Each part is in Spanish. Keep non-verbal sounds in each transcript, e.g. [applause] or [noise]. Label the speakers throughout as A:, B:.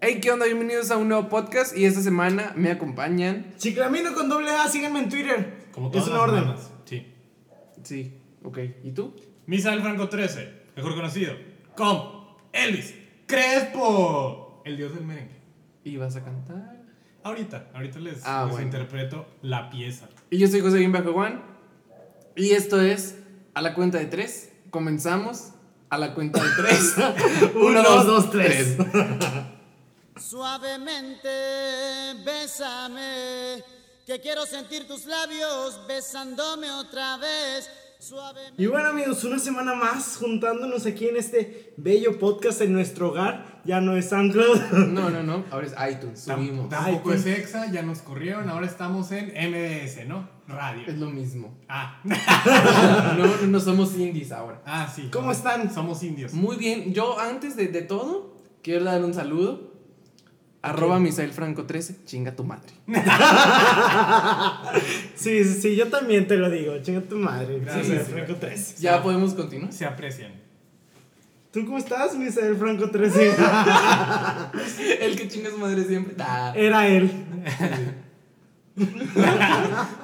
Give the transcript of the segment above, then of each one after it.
A: Hey, ¿qué onda? Bienvenidos a un nuevo podcast y esta semana me acompañan.
B: Chiclamino con doble A, síganme en Twitter.
C: Como
B: es
C: todas
B: una
C: las
B: orden.
C: semanas. Sí.
A: Sí, ok. ¿Y tú?
C: Misa del Franco 13, mejor conocido como Elvis Crespo, el dios del merengue.
A: ¿Y vas a cantar?
C: Ahorita, ahorita les,
A: Ah,
C: les
A: bueno.
C: interpreto la pieza.
A: Y yo soy José Bien Bajo Juan. Y esto es A la cuenta de tres. Comenzamos a la cuenta de tres. [laughs]
B: [laughs] Uno, dos, dos, tres.
D: Suavemente, bésame, que quiero sentir tus labios besándome otra vez. Suavemente.
B: Y bueno amigos, una semana más juntándonos aquí en este bello podcast en nuestro hogar. Ya no es SoundCloud.
A: No, no, no. Ahora es iTunes.
C: Tam-
A: Subimos.
C: tampoco
B: Ay, pues.
C: es exa, ya nos corrieron, ahora estamos en MDS, ¿no? Radio.
A: Es lo mismo. [laughs]
C: Ah, [laughs]
A: No, no, no somos indies ahora.
C: ah sí.
B: ¿Cómo están?
C: Somos indios.
A: Muy bien. Yo antes de, de todo quiero dar un saludo. Arroba Misael Franco 13. Chinga tu madre.
B: [laughs] Sí, sí, sí, yo también te lo digo. Chinga tu madre.
C: Gracias,
B: Sí,
C: señor.
B: Franco 13.
A: Ya podemos continuar.
C: Se aprecian.
B: ¿Tú cómo estás, Misael Franco 13?
A: El que chinga su madre siempre. Ah.
B: [laughs] Era él.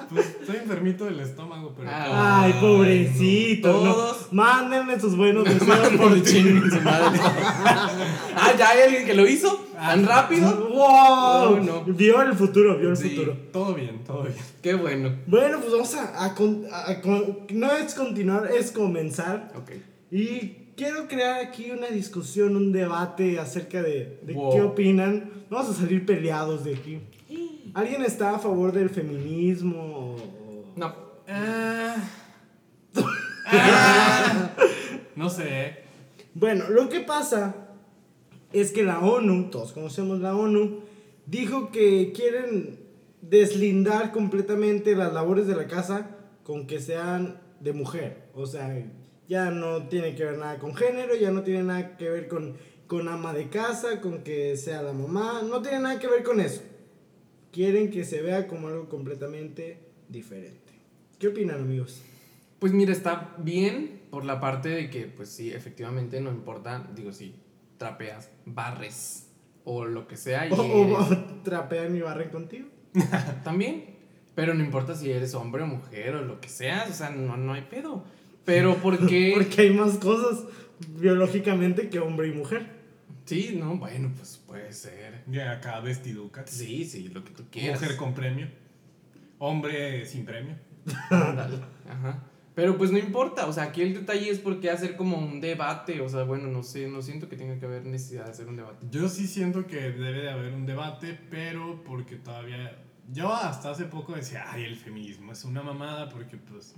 C: Pues estoy enfermito del estómago, pero...
A: Ah.
B: Ay, pobrecito. no.
A: Todos-
B: Mándenle sus buenos deseos
A: Mano de chingue Ah, su madre. ah, ya hay alguien que lo hizo. Tan rápido.
B: ¡Wow!
A: No, no.
B: Vio el futuro, vio el
A: Sí.
B: futuro.
C: Todo bien, todo bien.
A: Qué bueno.
B: Bueno, pues vamos a, a con- a- a con- no es continuar, es comenzar.
A: Ok.
B: Y quiero crear aquí una discusión, un debate acerca de, de
A: Wow.
B: qué opinan. Vamos a salir peleados de aquí. ¿Alguien está a favor del feminismo? o-
A: No.
C: Ah.
A: [laughs]
C: Ah. No sé.
B: Bueno, lo que pasa es que la ONU, todos conocemos la ONU, dijo que quieren deslindar completamente las labores de la casa con que sean de mujer. O sea, ya no tiene que ver nada con género, ya no tiene nada que ver con, con ama de casa, con que sea la mamá, no tiene nada que ver con eso. Quieren que se vea como algo completamente diferente. ¿Qué opinan amigos?
A: Pues mira, está bien por la parte de que, pues sí, efectivamente no importa. Digo, sí, trapeas, barres o lo que sea. y
B: O, o-
A: eres-
B: o trapean y barren contigo. oh.
A: También. Pero no importa si eres hombre o mujer o lo que seas. O sea, no, no hay pedo. Pero
B: [laughs]
A: porque.
B: Porque hay más cosas biológicamente que hombre y mujer.
A: Sí, no, bueno, pues puede ser.
C: Ya acá vestiduca.
A: Sí, sí, lo que tú quieras.
C: Mujer con premio. Hombre sin premio.
A: Ándale, Ajá. Pero pues no importa, o sea, aquí el detalle es porque hacer como un debate, o sea, bueno, no sé, no siento que tenga que haber necesidad de hacer un debate.
C: Yo sí siento que debe de haber un debate, pero porque todavía... Yo hasta hace poco decía, ay, el feminismo es una mamada porque pues...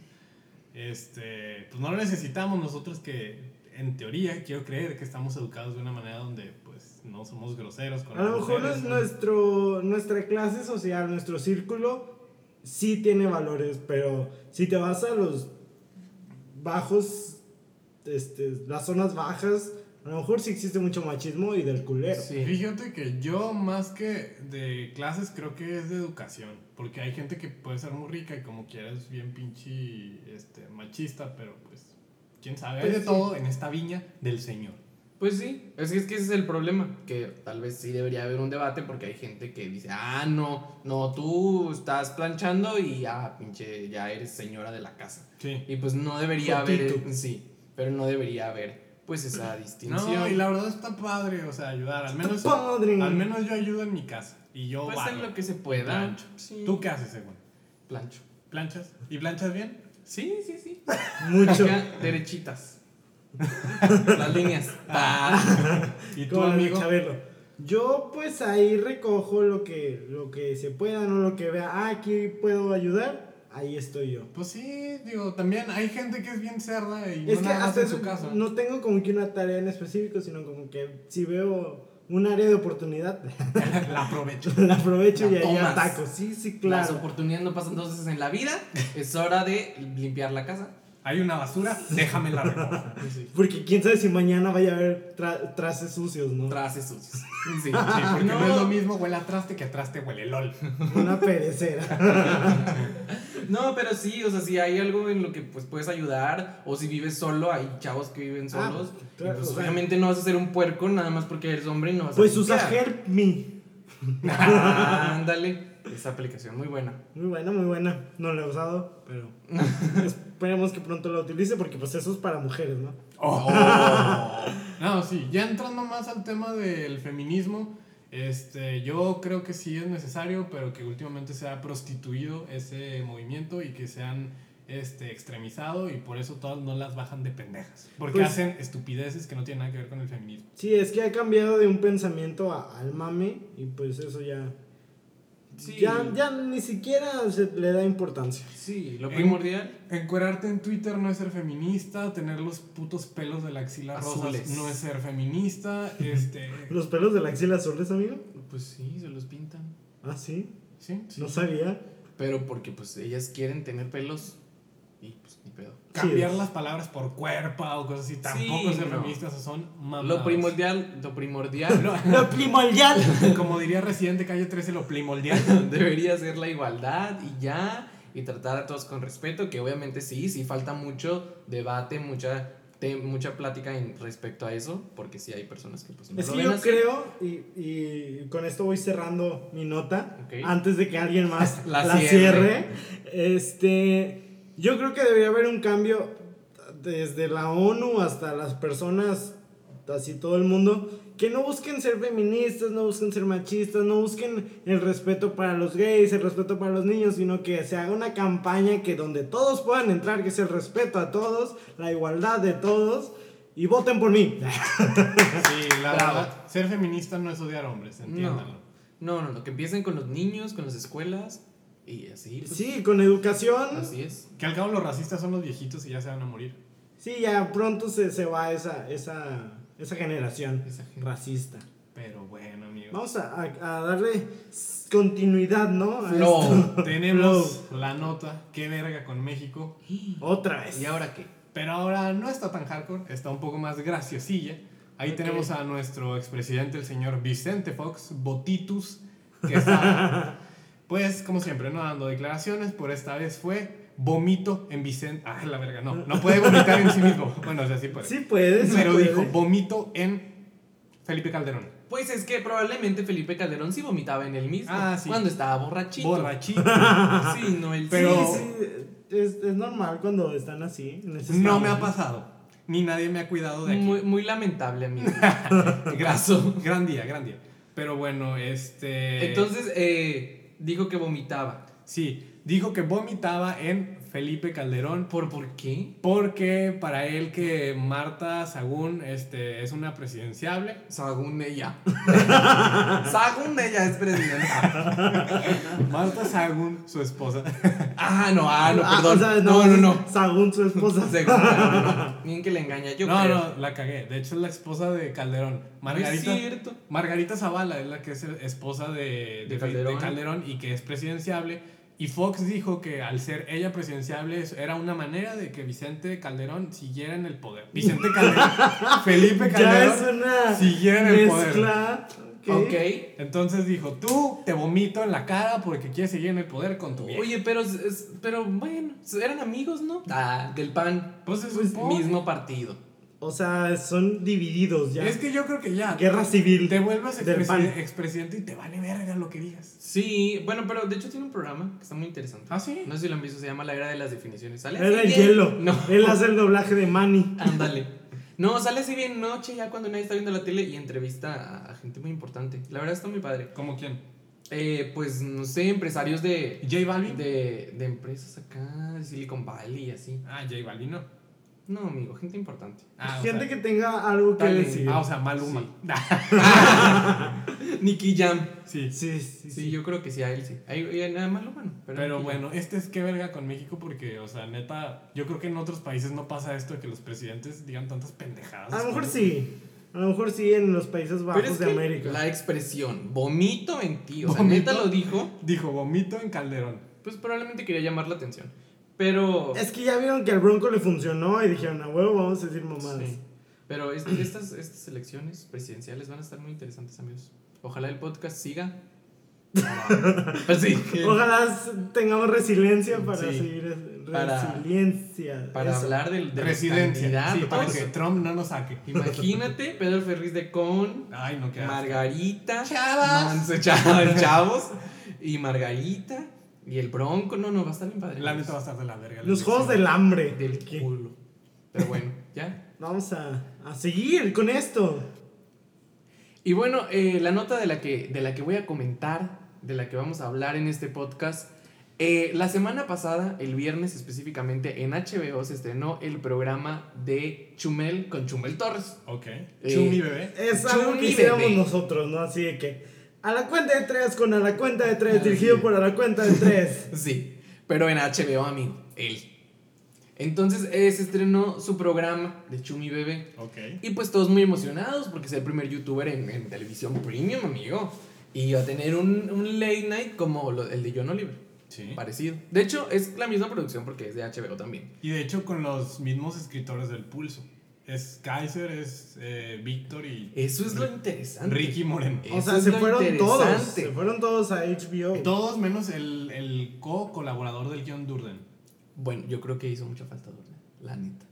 C: Este, pues no lo necesitamos nosotros que en teoría quiero creer que estamos educados de una manera donde pues no somos groseros con
B: A
C: las
B: lo mejor
C: mujeres,
B: es
C: ¿no?
B: nuestro, nuestra clase social, nuestro círculo, sí tiene valores, pero si te vas a los bajos, este, las zonas bajas, a lo mejor sí existe mucho machismo y del culero.
A: Sí.
C: Fíjate que yo más que de clases creo que es de educación, porque hay gente que puede ser muy rica y como quiera es bien pinche este, machista, pero pues quién sabe, hay
B: Pues
C: de
B: sí.
C: todo en esta viña del señor.
A: Pues sí, es que, es que ese es el problema, que tal vez sí debería haber un debate porque hay gente que dice, ah, no, no, tú estás planchando y ah, pinche, ya eres señora de la casa.
C: Sí.
A: Y pues no debería haber, e,
B: Fotito.
A: sí, pero no debería haber pues esa distinción.
C: No, y la verdad está padre, o sea, ayudar, al menos
B: padre.
C: al menos yo ayudo en mi casa y yo
A: Pues en
C: barro,
A: lo que se pueda.
C: plancho.
A: Sí.
C: ¿Tú qué haces, según?
A: Plancho.
C: ¿Planchas? ¿Y planchas bien?
A: Sí, sí, sí.
B: Mucho.
A: Acá,
B: [laughs]
A: derechitas. Las líneas. Pa.
C: [laughs]
B: Ah.
C: ¿Y tú,
B: Como el
C: amigo?
B: Chabelo. Yo pues ahí recojo lo que, lo que se pueda, no lo que vea, ah, aquí puedo ayudar, ahí estoy yo.
C: Pues sí, digo, también hay gente que es bien cerda y
B: Es
C: no
B: que
C: nada más
B: hasta
C: en
B: eso
C: su casa.
B: no tengo como que una tarea en específico, sino como que si veo un área de oportunidad,
C: [laughs]
B: [laughs]
C: La aprovecho.
B: la aprovecho
A: La
B: y ahí
A: tomas.
B: ataco. Sí, sí,
A: Las
B: claro.
A: oportunidades no pasan dos veces en la vida. Es hora de limpiar la casa.
C: Hay una basura, déjame [laughs] la recojo.
B: Porque quién sabe si mañana vaya a haber tra- traces sucios, ¿no?
A: Traces sucios. Sí.
C: Sí, porque no.
A: No.
C: [laughs] es lo mismo huele a traste que a traste huele LOL.
B: una perecera.
A: No, pero sí, o sea, si hay algo en lo que pues puedes ayudar, o si vives solo, hay chavos que viven
B: Ah,
A: solos.
B: claro,
A: y, pues,
B: o sea-
A: obviamente no vas a ser un puerco nada más porque eres hombre y no vas
B: Pues
A: a
B: usa
A: limpiar.
B: Help Me.
A: [laughs] Ándale, esa aplicación muy buena.
B: Muy buena, muy buena. No la he usado,
C: [laughs]
B: pero esperemos que pronto la utilice porque pues eso es para mujeres, ¿no?
C: Oh. No, sí, ya entrando más al tema del feminismo, este, yo creo que sí es necesario, pero que últimamente se ha prostituido ese movimiento y que se han este, extremizado y por eso todas no las bajan de pendejas. Porque
B: Pues-
C: hacen estupideces que no tienen nada que ver con el feminismo.
B: Sí, es que ha cambiado de un pensamiento a- al mame y pues eso ya...
A: Sí.
B: Ya, Eh. ya ni siquiera se le da importancia.
A: Sí, lo
C: En-
A: primordial.
C: Encuerarte en Twitter no es ser feminista, tener los putos pelos de la axila
A: Azules.
C: rosas no es ser [laughs] feminista, este...
B: ¿Los pelos de la axila azules, amigo?
A: Pues sí, se los pintan.
B: Ah, sí.
C: Sí, sí.
B: No sabía.
A: Pero porque pues ellas quieren tener pelos y pues ni pedo.
C: Cambiar
B: Sí.
C: las palabras por cuerpa o cosas así, tampoco ser
A: no.
C: feministas, o sea, son mamadas.
A: Lo primordial, lo primordial
B: Lo primordial.
C: [laughs] Como diría Residente Calle 13, lo primordial.
A: [laughs] debería ser la igualdad y ya, y tratar a todos con respeto, que obviamente sí, sí falta mucho debate, mucha, te- mucha plática en respecto a eso, porque sí hay personas que pues no
B: Es
A: lo
B: que
A: ven
B: yo
A: así.
B: creo, y, y con esto voy cerrando mi nota,
A: Ok.
B: antes de que alguien más la,
A: [laughs] La
B: cierre.
A: cierre.
B: Este, yo creo que debería haber un cambio desde la ONU hasta las personas, así todo el mundo, que no busquen ser feministas, no busquen ser machistas, no busquen el respeto para los gays, el respeto para los niños, sino que se haga una campaña que donde todos puedan entrar, que es el respeto a todos, la igualdad de todos, y voten por mí. [laughs]
C: Sí, la
A: Bravo.
C: verdad, ser feminista no es odiar hombres, entiéndanlo.
A: No, no, no, no, que empiecen con los niños, con las escuelas y así. pues,
B: Sí, con educación.
C: Ah,
A: Así es.
C: Que al cabo los racistas son los viejitos y ya se van a morir.
B: Sí, ya pronto se, se va esa, esa, esa generación
A: Esa gen-
B: racista.
C: Pero bueno, amigos.
B: Vamos a, a- a darle s- continuidad, ¿no? A
A: Flow.
C: Tenemos la nota, qué verga con México.
B: esto. Otra vez.
A: ¿Y ahora qué?
C: Pero ahora no está tan hardcore, está un poco más graciosilla. Ahí
B: Ok.
C: tenemos a nuestro expresidente, el señor Vicente Fox, Botitus,
A: [laughs]
C: que está, pues, como siempre, no dando declaraciones. Por esta vez fue vomito en Vicente. Ah, la verga, no. No puede vomitar en sí mismo. Bueno, o sea, sí puede.
B: Sí puedes.
C: pues, Pero dijo,
A: ¿eh?
C: vomito en Felipe Calderón.
A: Pues es que probablemente Felipe Calderón sí vomitaba en él mismo.
C: Ah, sí.
A: Cuando estaba borrachito. [laughs]
C: Borrachito.
A: Sí, no, él
C: Pero-
A: sí,
B: Sí, sí, es, es normal cuando están así. en ese
C: No
B: estado.
C: me ha pasado. Ni nadie me ha cuidado de
A: sí.
C: aquí.
A: Muy, muy lamentable, [laughs] amigo.
C: Graso. gran día, gran día. Pero bueno, este...
A: Entonces, eh, dijo que vomitaba.
C: Sí, dijo que vomitaba en Felipe Calderón
A: ¿Por, por qué?
C: porque para él que Marta Sagún este, es una presidenciable.
A: Según [laughs] ella. Según ella es presidenta.
C: Marta Sagún, su esposa.
A: [laughs] Ah, no, ah, no,
B: Ah,
A: perdón.
B: o sea,
A: no, no, no.
B: Según su
A: [laughs]
C: [laughs]
B: esposa.
A: Según, no, no, no. Bien que le engaña. Yo
C: no,
A: creo.
C: no, la cagué. De hecho es la esposa de Calderón.
A: es
C: Margarita,
A: cierto.
C: Margarita Zavala es la que es esposa de, de,
A: De
C: de Calderón.
A: Calderón.
C: y que es presidenciable. Y Fox dijo que al ser ella presidenciable es- era una manera de que Vicente Calderón siguiera en el poder. Vicente
B: [laughs]
C: Calderón, Felipe
B: ya es
C: Calderón.
B: una
C: siguiera en el poder.
B: mezcla.
A: Ok.
C: Entonces dijo, tú te vomito en la cara porque quieres seguir en el poder con tu vieja.
A: Oye, pero, es- es- pero bueno, eran amigos, ¿no? Ah, del PAN.
C: pues es
B: pues,
A: Mismo partido.
B: O sea, son divididos ya.
C: Es que yo creo que ya.
B: Guerra civil.
C: Te vuelves
B: del
C: expresi-
B: PAN.
C: expresidente y te vale verga lo que digas.
A: Sí, bueno, pero de hecho tiene un programa que está muy interesante.
C: ¿Ah, sí?
A: No sé si lo han visto, se llama La Era de las Definiciones. ¿Sale
B: Era
A: así
B: el
A: bien?
B: hielo.
A: No.
B: Él hace el doblaje de Manny.
A: Ándale. No, sale así bien noche ya cuando nadie está viendo la tele y entrevista a- a gente muy importante. La verdad está muy padre.
C: ¿Como quién?
A: Eh, pues no sé, empresarios de,
C: J Balvin.
A: de, de empresas acá, de Silicon Valley y así.
C: Ah, J Balvin no.
A: No, amigo, gente importante. [laughs]
C: Ah, o
B: Gente
C: sea,
B: que tenga algo que
A: Dale.
B: decir.
C: Ah, o sea, Maluma. [laughs]
A: Nicky Jam.
C: sí.
B: Sí, sí,
A: Sí,
B: sí.
A: yo creo que sí, a él sí. A él- y nada más lo bueno. Pero,
C: Pero
A: Nicky
C: bueno, este es que verga con México porque, o sea, neta, yo creo que en otros países no pasa esto de que los presidentes digan tantas pendejadas.
B: A lo mejor sí. A lo mejor sí en los Países
A: Jam.
B: Bajos
A: Pero es
B: de
A: que
B: América.
A: la expresión, vomito en ti, o sea,
C: ¿Vomito?
A: neta lo dijo,
C: Dijo, vomito en Calderón.
A: pues probablemente quería llamar la atención. Pero...
B: Es que ya vieron que al Bronco le funcionó y dijeron, a huevo, vamos a decir mamadas.
A: Sí. Pero es- estas, estas elecciones presidenciales van a estar muy interesantes, amigos. Ojalá el podcast siga [laughs] Pues sí.
B: Ojalá s- tengamos resiliencia para
A: Sí.
B: seguir. es-
A: Para-
B: Resiliencia.
A: Para
B: eso.
A: hablar del, de la
C: Residencia.
A: cantidad,
B: pues.
C: Sí, para
A: todo
C: que
A: eso.
C: Trump no nos saque.
A: Imagínate Pedro Ferriz de Con,
C: Ay, no queda.
A: Margarita,
C: Chavas.
A: Manso, chavas, chavos, y Margarita, y el Bronco. No, no, va a estar bien padre.
C: La neta va a estar de la verga. la
B: Los juegos
C: elección.
B: del hambre.
A: Del
B: Que
A: culo. Pero bueno, ya.
B: Vamos a, a seguir con esto.
A: Y bueno, eh, la nota de la, que, de la que voy a comentar, de la que vamos a hablar en este podcast, eh, la semana pasada, el viernes específicamente, en HBO se estrenó el programa de Chumel con Chumel Torres. [laughs] Eh,
C: Ok. Chumi, bebé.
B: Es algo que
A: Chumi,
B: hiciéramos
A: bebé.
B: nosotros, ¿no? Así de que. A la cuenta de tres con a la cuenta
A: [laughs]
B: de tres,
A: Así
B: dirigido
A: es.
B: por a la cuenta de tres.
A: Sí, pero en HBO, amigo, él. Entonces eh, se estrenó su programa de Chumi Bebé.
C: Ok.
A: Y pues todos muy emocionados porque es el primer youtuber en, en televisión premium, amigo. Y va a tener un, un late night como lo- el de John Oliver.
C: Sí.
A: Parecido. De hecho, es la misma producción porque es de HBO también.
C: Y de hecho con los mismos escritores del Pulso. Es Kaiser, es eh, Víctor y
A: Eso es lo interesante.
C: Ricky Moreno.
A: Eh.
B: O
A: Eso
B: sea,
A: es
B: se
A: lo
B: fueron todos.
A: interesante.
B: Se fueron todos a HBO.
C: Todos menos el, el co-colaborador del guión Durden.
A: Bueno, yo creo que hizo mucha falta Dorna, la neta.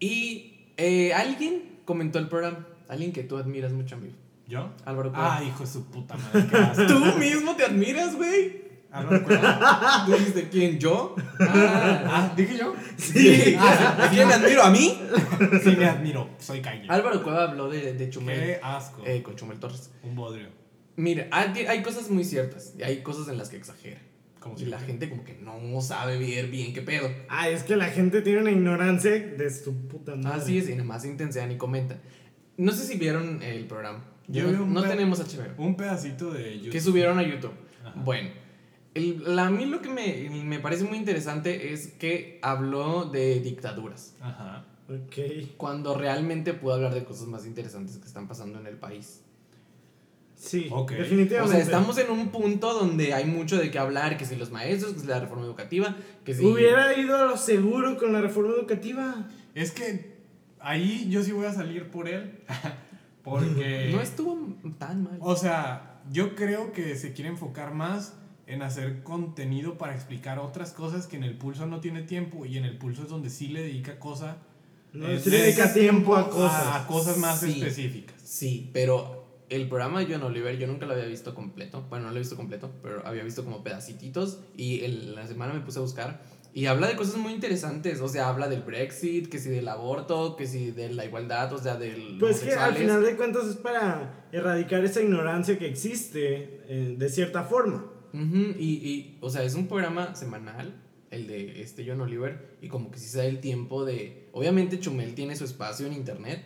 A: Y eh, alguien comentó el programa. Alguien que tú admiras mucho, amigo.
C: ¿Yo?
A: Álvaro Cueva.
C: Ah, hijo de su puta madre. qué asco.
A: [laughs] Tú mismo te admiras, güey.
C: Álvaro Cueva.
A: ¿Tú dijiste quién? ¿Yo? Ah,
C: Ah, dije yo.
A: [laughs] sí. ¿A quién admiro? ¿A mí?
C: Sí, me admiro. Soy calle.
A: Álvaro Cueva habló de, de Chumel.
C: Qué asco.
A: eh, con Chumel Torres.
C: Un bodrio.
A: Mira, hay, hay cosas muy ciertas y hay cosas en las que exagera.
C: Como
A: y la
C: siempre.
A: gente como que no sabe ver bien qué pedo.
B: Ah, es que la gente tiene una ignorancia de su puta madre.
A: Así es, y nada más intensean y comentan. No sé si vieron el programa.
C: Yo
A: Yo
C: vi
A: no,
C: un
A: no
C: pe-
A: tenemos HBO.
C: Un pedacito de YouTube.
A: Que subieron a YouTube.
C: Ajá.
A: Bueno, el- la- a mí lo que me, me parece muy interesante es que habló de dictaduras.
C: Ajá.
B: Ok.
A: Cuando realmente pudo hablar de cosas más interesantes que están pasando en el país.
B: Sí,
C: Ok.
A: O
B: definitivamente.
A: sea, estamos en un punto donde hay mucho de qué hablar, que si los maestros, que si la reforma educativa, que si...
B: Hubiera ido a lo seguro con la reforma educativa.
C: Es que ahí yo sí voy a salir por él. [laughs] Porque.
A: No estuvo tan mal.
C: O sea, yo creo que se quiere enfocar más en hacer contenido para explicar otras cosas que en el pulso no tiene tiempo y en el pulso es donde sí le dedica cosa.
B: No
C: eh,
B: se le dedica tiempo a cosas.
A: Ah,
C: A, cosas más
A: Sí.
C: específicas.
A: Sí, pero el programa de John Oliver yo nunca lo había visto completo. Bueno, no lo he visto completo, pero había visto como pedacititos y en la semana me puse a buscar. Y habla de cosas muy interesantes, o sea, habla del Brexit, que si del aborto, que si de la igualdad, o sea, del...
B: Pues que al
A: homosexuales.
B: final de cuentas es para erradicar esa ignorancia que existe eh, de cierta forma.
A: Ujú, y, y, o sea, es un programa semanal, el de este John Oliver, y como que sí se da el tiempo de... Obviamente Chumel tiene su espacio en internet,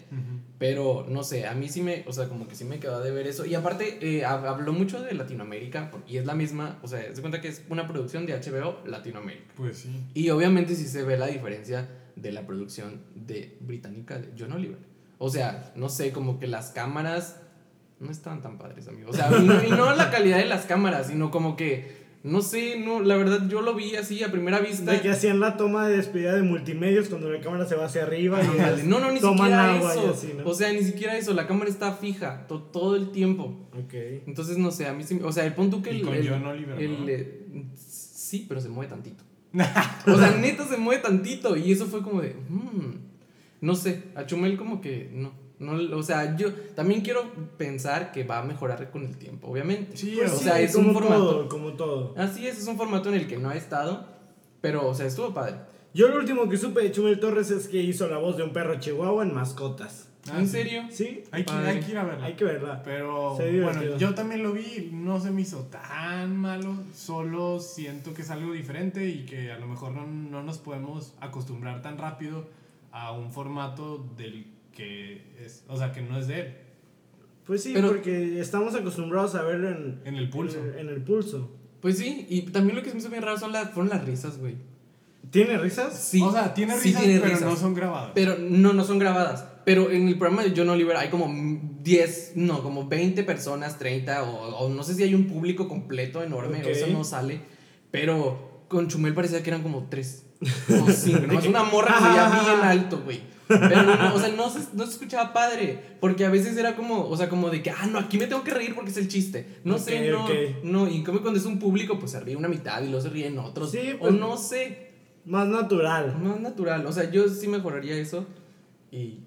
A: Pero no sé, a mí sí me, o sea, como que sí me quedó de ver eso. Y aparte, eh, hab- habló mucho de Latinoamérica por- y es la misma, o sea, se cuenta que es una producción de HBO Latinoamérica.
C: Pues sí.
A: Y obviamente sí se ve la diferencia de la producción de británica de John Oliver. O sea, no sé, como que las cámaras no estaban tan padres, amigo. O sea, y no, y no la calidad de las cámaras, sino como que, no sé, no, la verdad yo lo vi así a primera vista.
B: De que hacían la toma de despedida de multimedios cuando la cámara se va hacia arriba y
A: Ándale,
B: ellas
A: No, no, ni
B: toman
A: siquiera
B: agua
A: eso.
B: y así, ¿no?
A: O sea, ni siquiera eso. La cámara está fija to- todo el tiempo.
B: Ok.
A: Entonces, no sé, a mí sí. me- O sea, el punto que.
C: Y
A: el-
C: con
A: el-
C: John Oliver,
A: el-
C: ¿no?
A: eh, sí, pero se mueve
C: [laughs]
A: tantito. o sea, neta se mueve tantito. Y eso fue como de. "Mm". no sé, a Chumel como que no. no. O sea, yo también quiero pensar que va a mejorar con el tiempo, obviamente.
C: Sí,
B: Pues
A: o
B: sí,
A: sea, es
B: como
A: un formato.
B: todo, como todo.
A: Así es, es un formato en el que no ha estado. Pero, o sea, estuvo padre.
B: Yo lo último que supe de Chumel Torres es que hizo la voz de un perro chihuahua en mascotas.
C: Ah,
A: ¿En
C: sí.
A: serio?
B: Sí,
C: Hay que,
A: Padre.
C: hay que ir a verlo.
B: hay que verla.
C: Pero
B: Se ve
C: bueno,
B: divertido.
C: yo también lo vi, no se me hizo tan malo, solo siento que es algo diferente y que a lo mejor no, no nos podemos acostumbrar tan rápido a un formato del que es, o sea, que no es de él,
B: Pues sí,
A: Pero-
B: porque estamos acostumbrados a verlo en,
C: en el pulso.
B: en el- en el pulso.
A: Pues sí, y también lo que se me hizo bien raro son las, fueron las risas, güey.
B: ¿Tiene risas?
A: Sí,
C: o sea, tiene
A: sí
C: risas,
A: tiene
C: pero
A: risas.
C: no son grabadas.
A: Pero no, no son grabadas. Pero en el programa de John Oliver hay como 10, no, como 20 personas, 30, o, o no sé si hay un público completo enorme,
B: Ok.
A: o eso no sale.
B: [laughs]
A: Pero con Chumel parecía que eran como 3 o 5, nomás una morra que se veía bien alto, güey. Pero no, no, o sea, no se, no se escuchaba padre, porque a veces era como, o sea, como de que, ah, no, aquí me tengo que reír porque es el chiste. No
B: Ok,
A: sé, no,
B: ok.
A: no, y como cuando es un público, pues se ríe una mitad y luego se ríen otros.
B: Sí,
A: o
B: pues-
A: no sé,
B: Más natural.
A: más natural. O sea, yo sí mejoraría eso y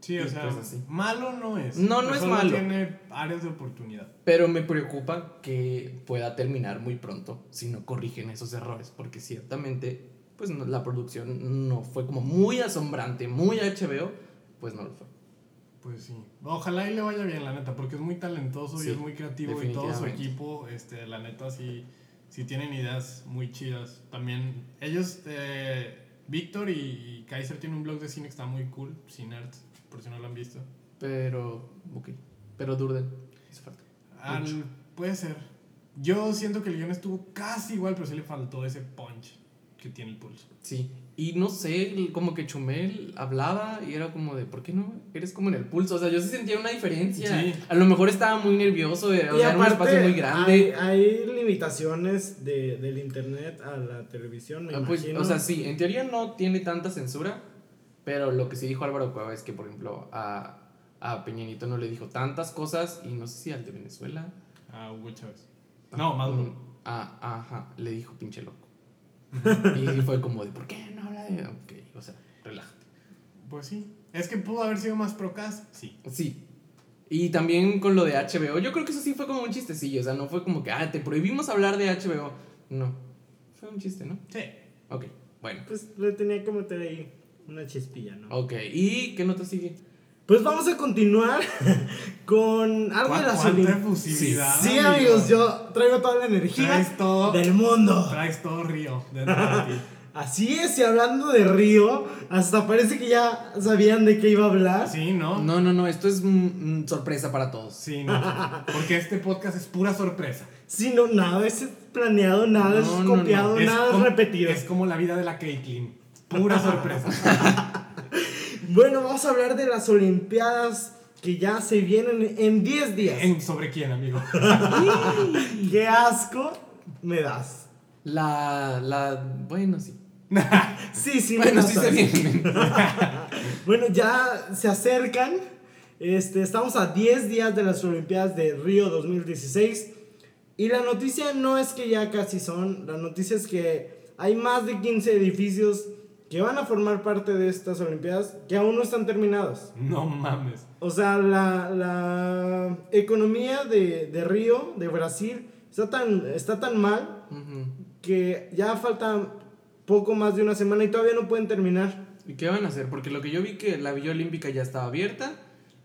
C: Sí, o
A: Y
C: sea,
A: pues así.
C: malo no es.
A: No, no
C: Pero
A: es
C: solo
A: malo.
C: tiene áreas de oportunidad.
A: Pero me preocupa que pueda terminar muy pronto si no corrigen esos errores, porque ciertamente pues no- la producción no fue como muy asombrante, muy HBO, pues no lo fue.
C: Pues sí. Ojalá y le vaya bien, la neta, porque es muy talentoso
A: Sí,
C: y es muy creativo y todo su
A: definitivamente.
C: equipo, este, la neta, sí, sí tienen ideas muy chidas. También ellos, eh, Víctor y, y Kaiser tienen un blog de cine que está muy cool, Cinearts, por si no lo han visto.
A: Pero, ok, pero Durden hizo falta.
C: Al-
A: Mucho.
C: puede ser. Yo siento que el guión estuvo casi igual, pero sí le faltó ese punch que tiene el pulso.
A: Sí, y no sé, el- como que Chumel hablaba y era como de, ¿por qué no? Eres como en el pulso, o sea, yo sí sentía una diferencia.
C: Sí.
A: A lo mejor estaba muy nervioso, eh, o sea, era un espacio muy grande.
B: Hay, hay limitaciones de, del internet a la televisión, me
A: Ah, pues,
B: imagino.
A: o sea, sí, en teoría no tiene tanta censura, pero lo que sí dijo Álvaro Cueva es que, por ejemplo, a, a Peñanito no le dijo tantas cosas y no sé si al de Venezuela.
C: A Hugo Chávez. No, Maduro.
A: mm, a- ajá, le dijo pinche
C: [laughs]
A: loco. y fue como de, ¿por qué no habla de.? Ok, o sea, relájate.
C: Pues sí. Es que pudo haber sido más procas. Sí.
A: Sí. Y también con lo de HBO, yo creo que eso sí fue como un chistecillo, o sea, no fue como que, ah, te prohibimos hablar de HBO. No, fue un chiste, ¿no?
C: Sí.
A: Ok, bueno.
B: Pues le tenía que meter ahí una chispilla, ¿no?
A: Ok, ¿y qué nota sigue?
B: Pues vamos a
C: [laughs]
B: continuar con algo de las
C: ¿Cuánta
B: Olimpiadas.
C: efusividad?
B: Sí,
C: amigo?
B: amigos, yo traigo toda la energía
C: Traes todo,
B: del mundo.
C: traes todo río dentro de ti.
B: Así es, y hablando de Río, hasta parece que ya sabían de qué iba a hablar.
C: Sí, ¿no?
A: No, no, no, esto es mm, mm, sorpresa para todos.
C: Sí, no. Porque este podcast es pura sorpresa.
B: Sí, no, nada es planeado, nada
A: No,
B: es
A: no, no.
B: copiado,
C: Es
B: nada es
C: com-
B: repetido.
C: Es como la vida de la Caitlyn.
A: [laughs]
C: Pura sorpresa.
B: Bueno, vamos a hablar de las Olimpiadas que ya se vienen en 10 días.
C: ¿En sobre quién, amigo?
B: ¡Qué asco me das!
A: La, la, bueno,
C: [laughs]
A: sí.
B: Sí, sí, me
A: Bueno,
B: das
A: sí se
B: asco.
A: vienen.
B: Bueno, ya se acercan. Este, estamos a 10 días de las Olimpiadas de Río 2016. Y la noticia no es que ya casi son. La noticia es que hay más de 15 edificios que van a formar parte de estas Olimpiadas que aún no están terminados.
C: No mames.
B: O sea, la, la economía de, de Río, de Brasil, está tan, está tan mal
A: Ujú.
B: que ya falta poco más de una semana y todavía no pueden terminar.
A: ¿Y qué van a hacer? Porque lo que yo vi que la Villa Olímpica ya estaba abierta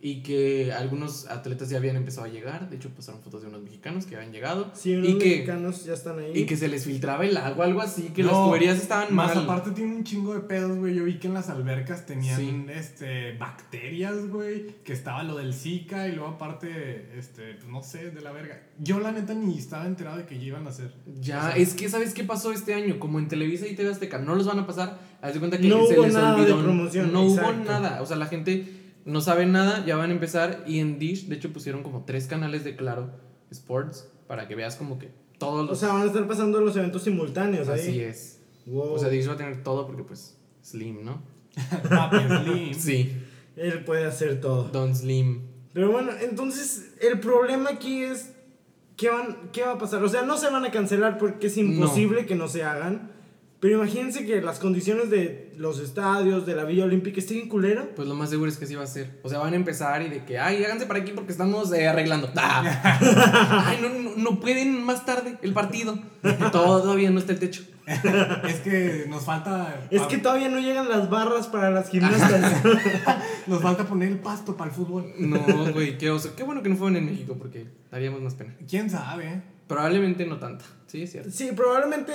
A: y que algunos atletas ya habían empezado a llegar. De hecho, pasaron fotos de unos mexicanos que habían llegado.
B: Si unos
A: y, que,
B: mexicanos ya están ahí.
A: y que se les filtraba el agua, algo así, que las
C: No,
A: tuberías estaban
C: Más
A: mal.
C: aparte tiene un chingo de pedos, güey. Yo vi que en las albercas tenían
A: Sí.
C: este bacterias, güey. Que estaba lo del Zika y luego aparte, este, pues no sé, de la verga. Yo la neta ni estaba enterado de que ya iban a hacer.
A: Ya, es que ¿sabes qué pasó este año? Como en Televisa y TV Azteca no los van a pasar, haz de cuenta que
B: No
A: se
B: hubo
A: les
B: nada de
A: olvidó.
B: promoción,
A: no hubo
B: exacto.
A: nada, o sea, la gente no sabe nada, ya van a empezar y en Dish, de hecho, pusieron como tres canales de Claro Sports para que veas como que todos
B: O
A: los...
B: sea, van a estar pasando los eventos simultáneos
A: así
B: ahí.
A: es.
B: Wow.
A: O sea, Dish va a tener todo porque pues Slim, ¿no?
C: Papi
A: [laughs]
C: Slim.
A: Sí,
B: Él puede hacer todo.
A: Don Slim.
B: Pero bueno, entonces el problema aquí es ¿qué, van, qué va a pasar. O sea, no se van a cancelar porque es imposible que no se hagan. Pero imagínense que las condiciones de los estadios, de la Villa Olímpica, estén en culero.
A: Pues lo más seguro es que sí va a ser. O sea, van a empezar y de que, ay, háganse para aquí porque estamos eh, arreglando. [laughs] ¡Ah! Ay, no, no, no pueden más tarde el partido. [laughs] Todavía no está el techo.
C: Es que nos falta.
A: Ah.
B: Es que todavía no llegan las barras para las gimnastas.
A: [laughs]
B: [laughs]
C: Nos falta poner el pasto para el fútbol.
A: No, güey, qué oso. Qué bueno que no fueron en México porque daríamos más pena.
C: ¿Quién sabe?
A: Probablemente no tanta. Sí, es cierto.
B: sí, probablemente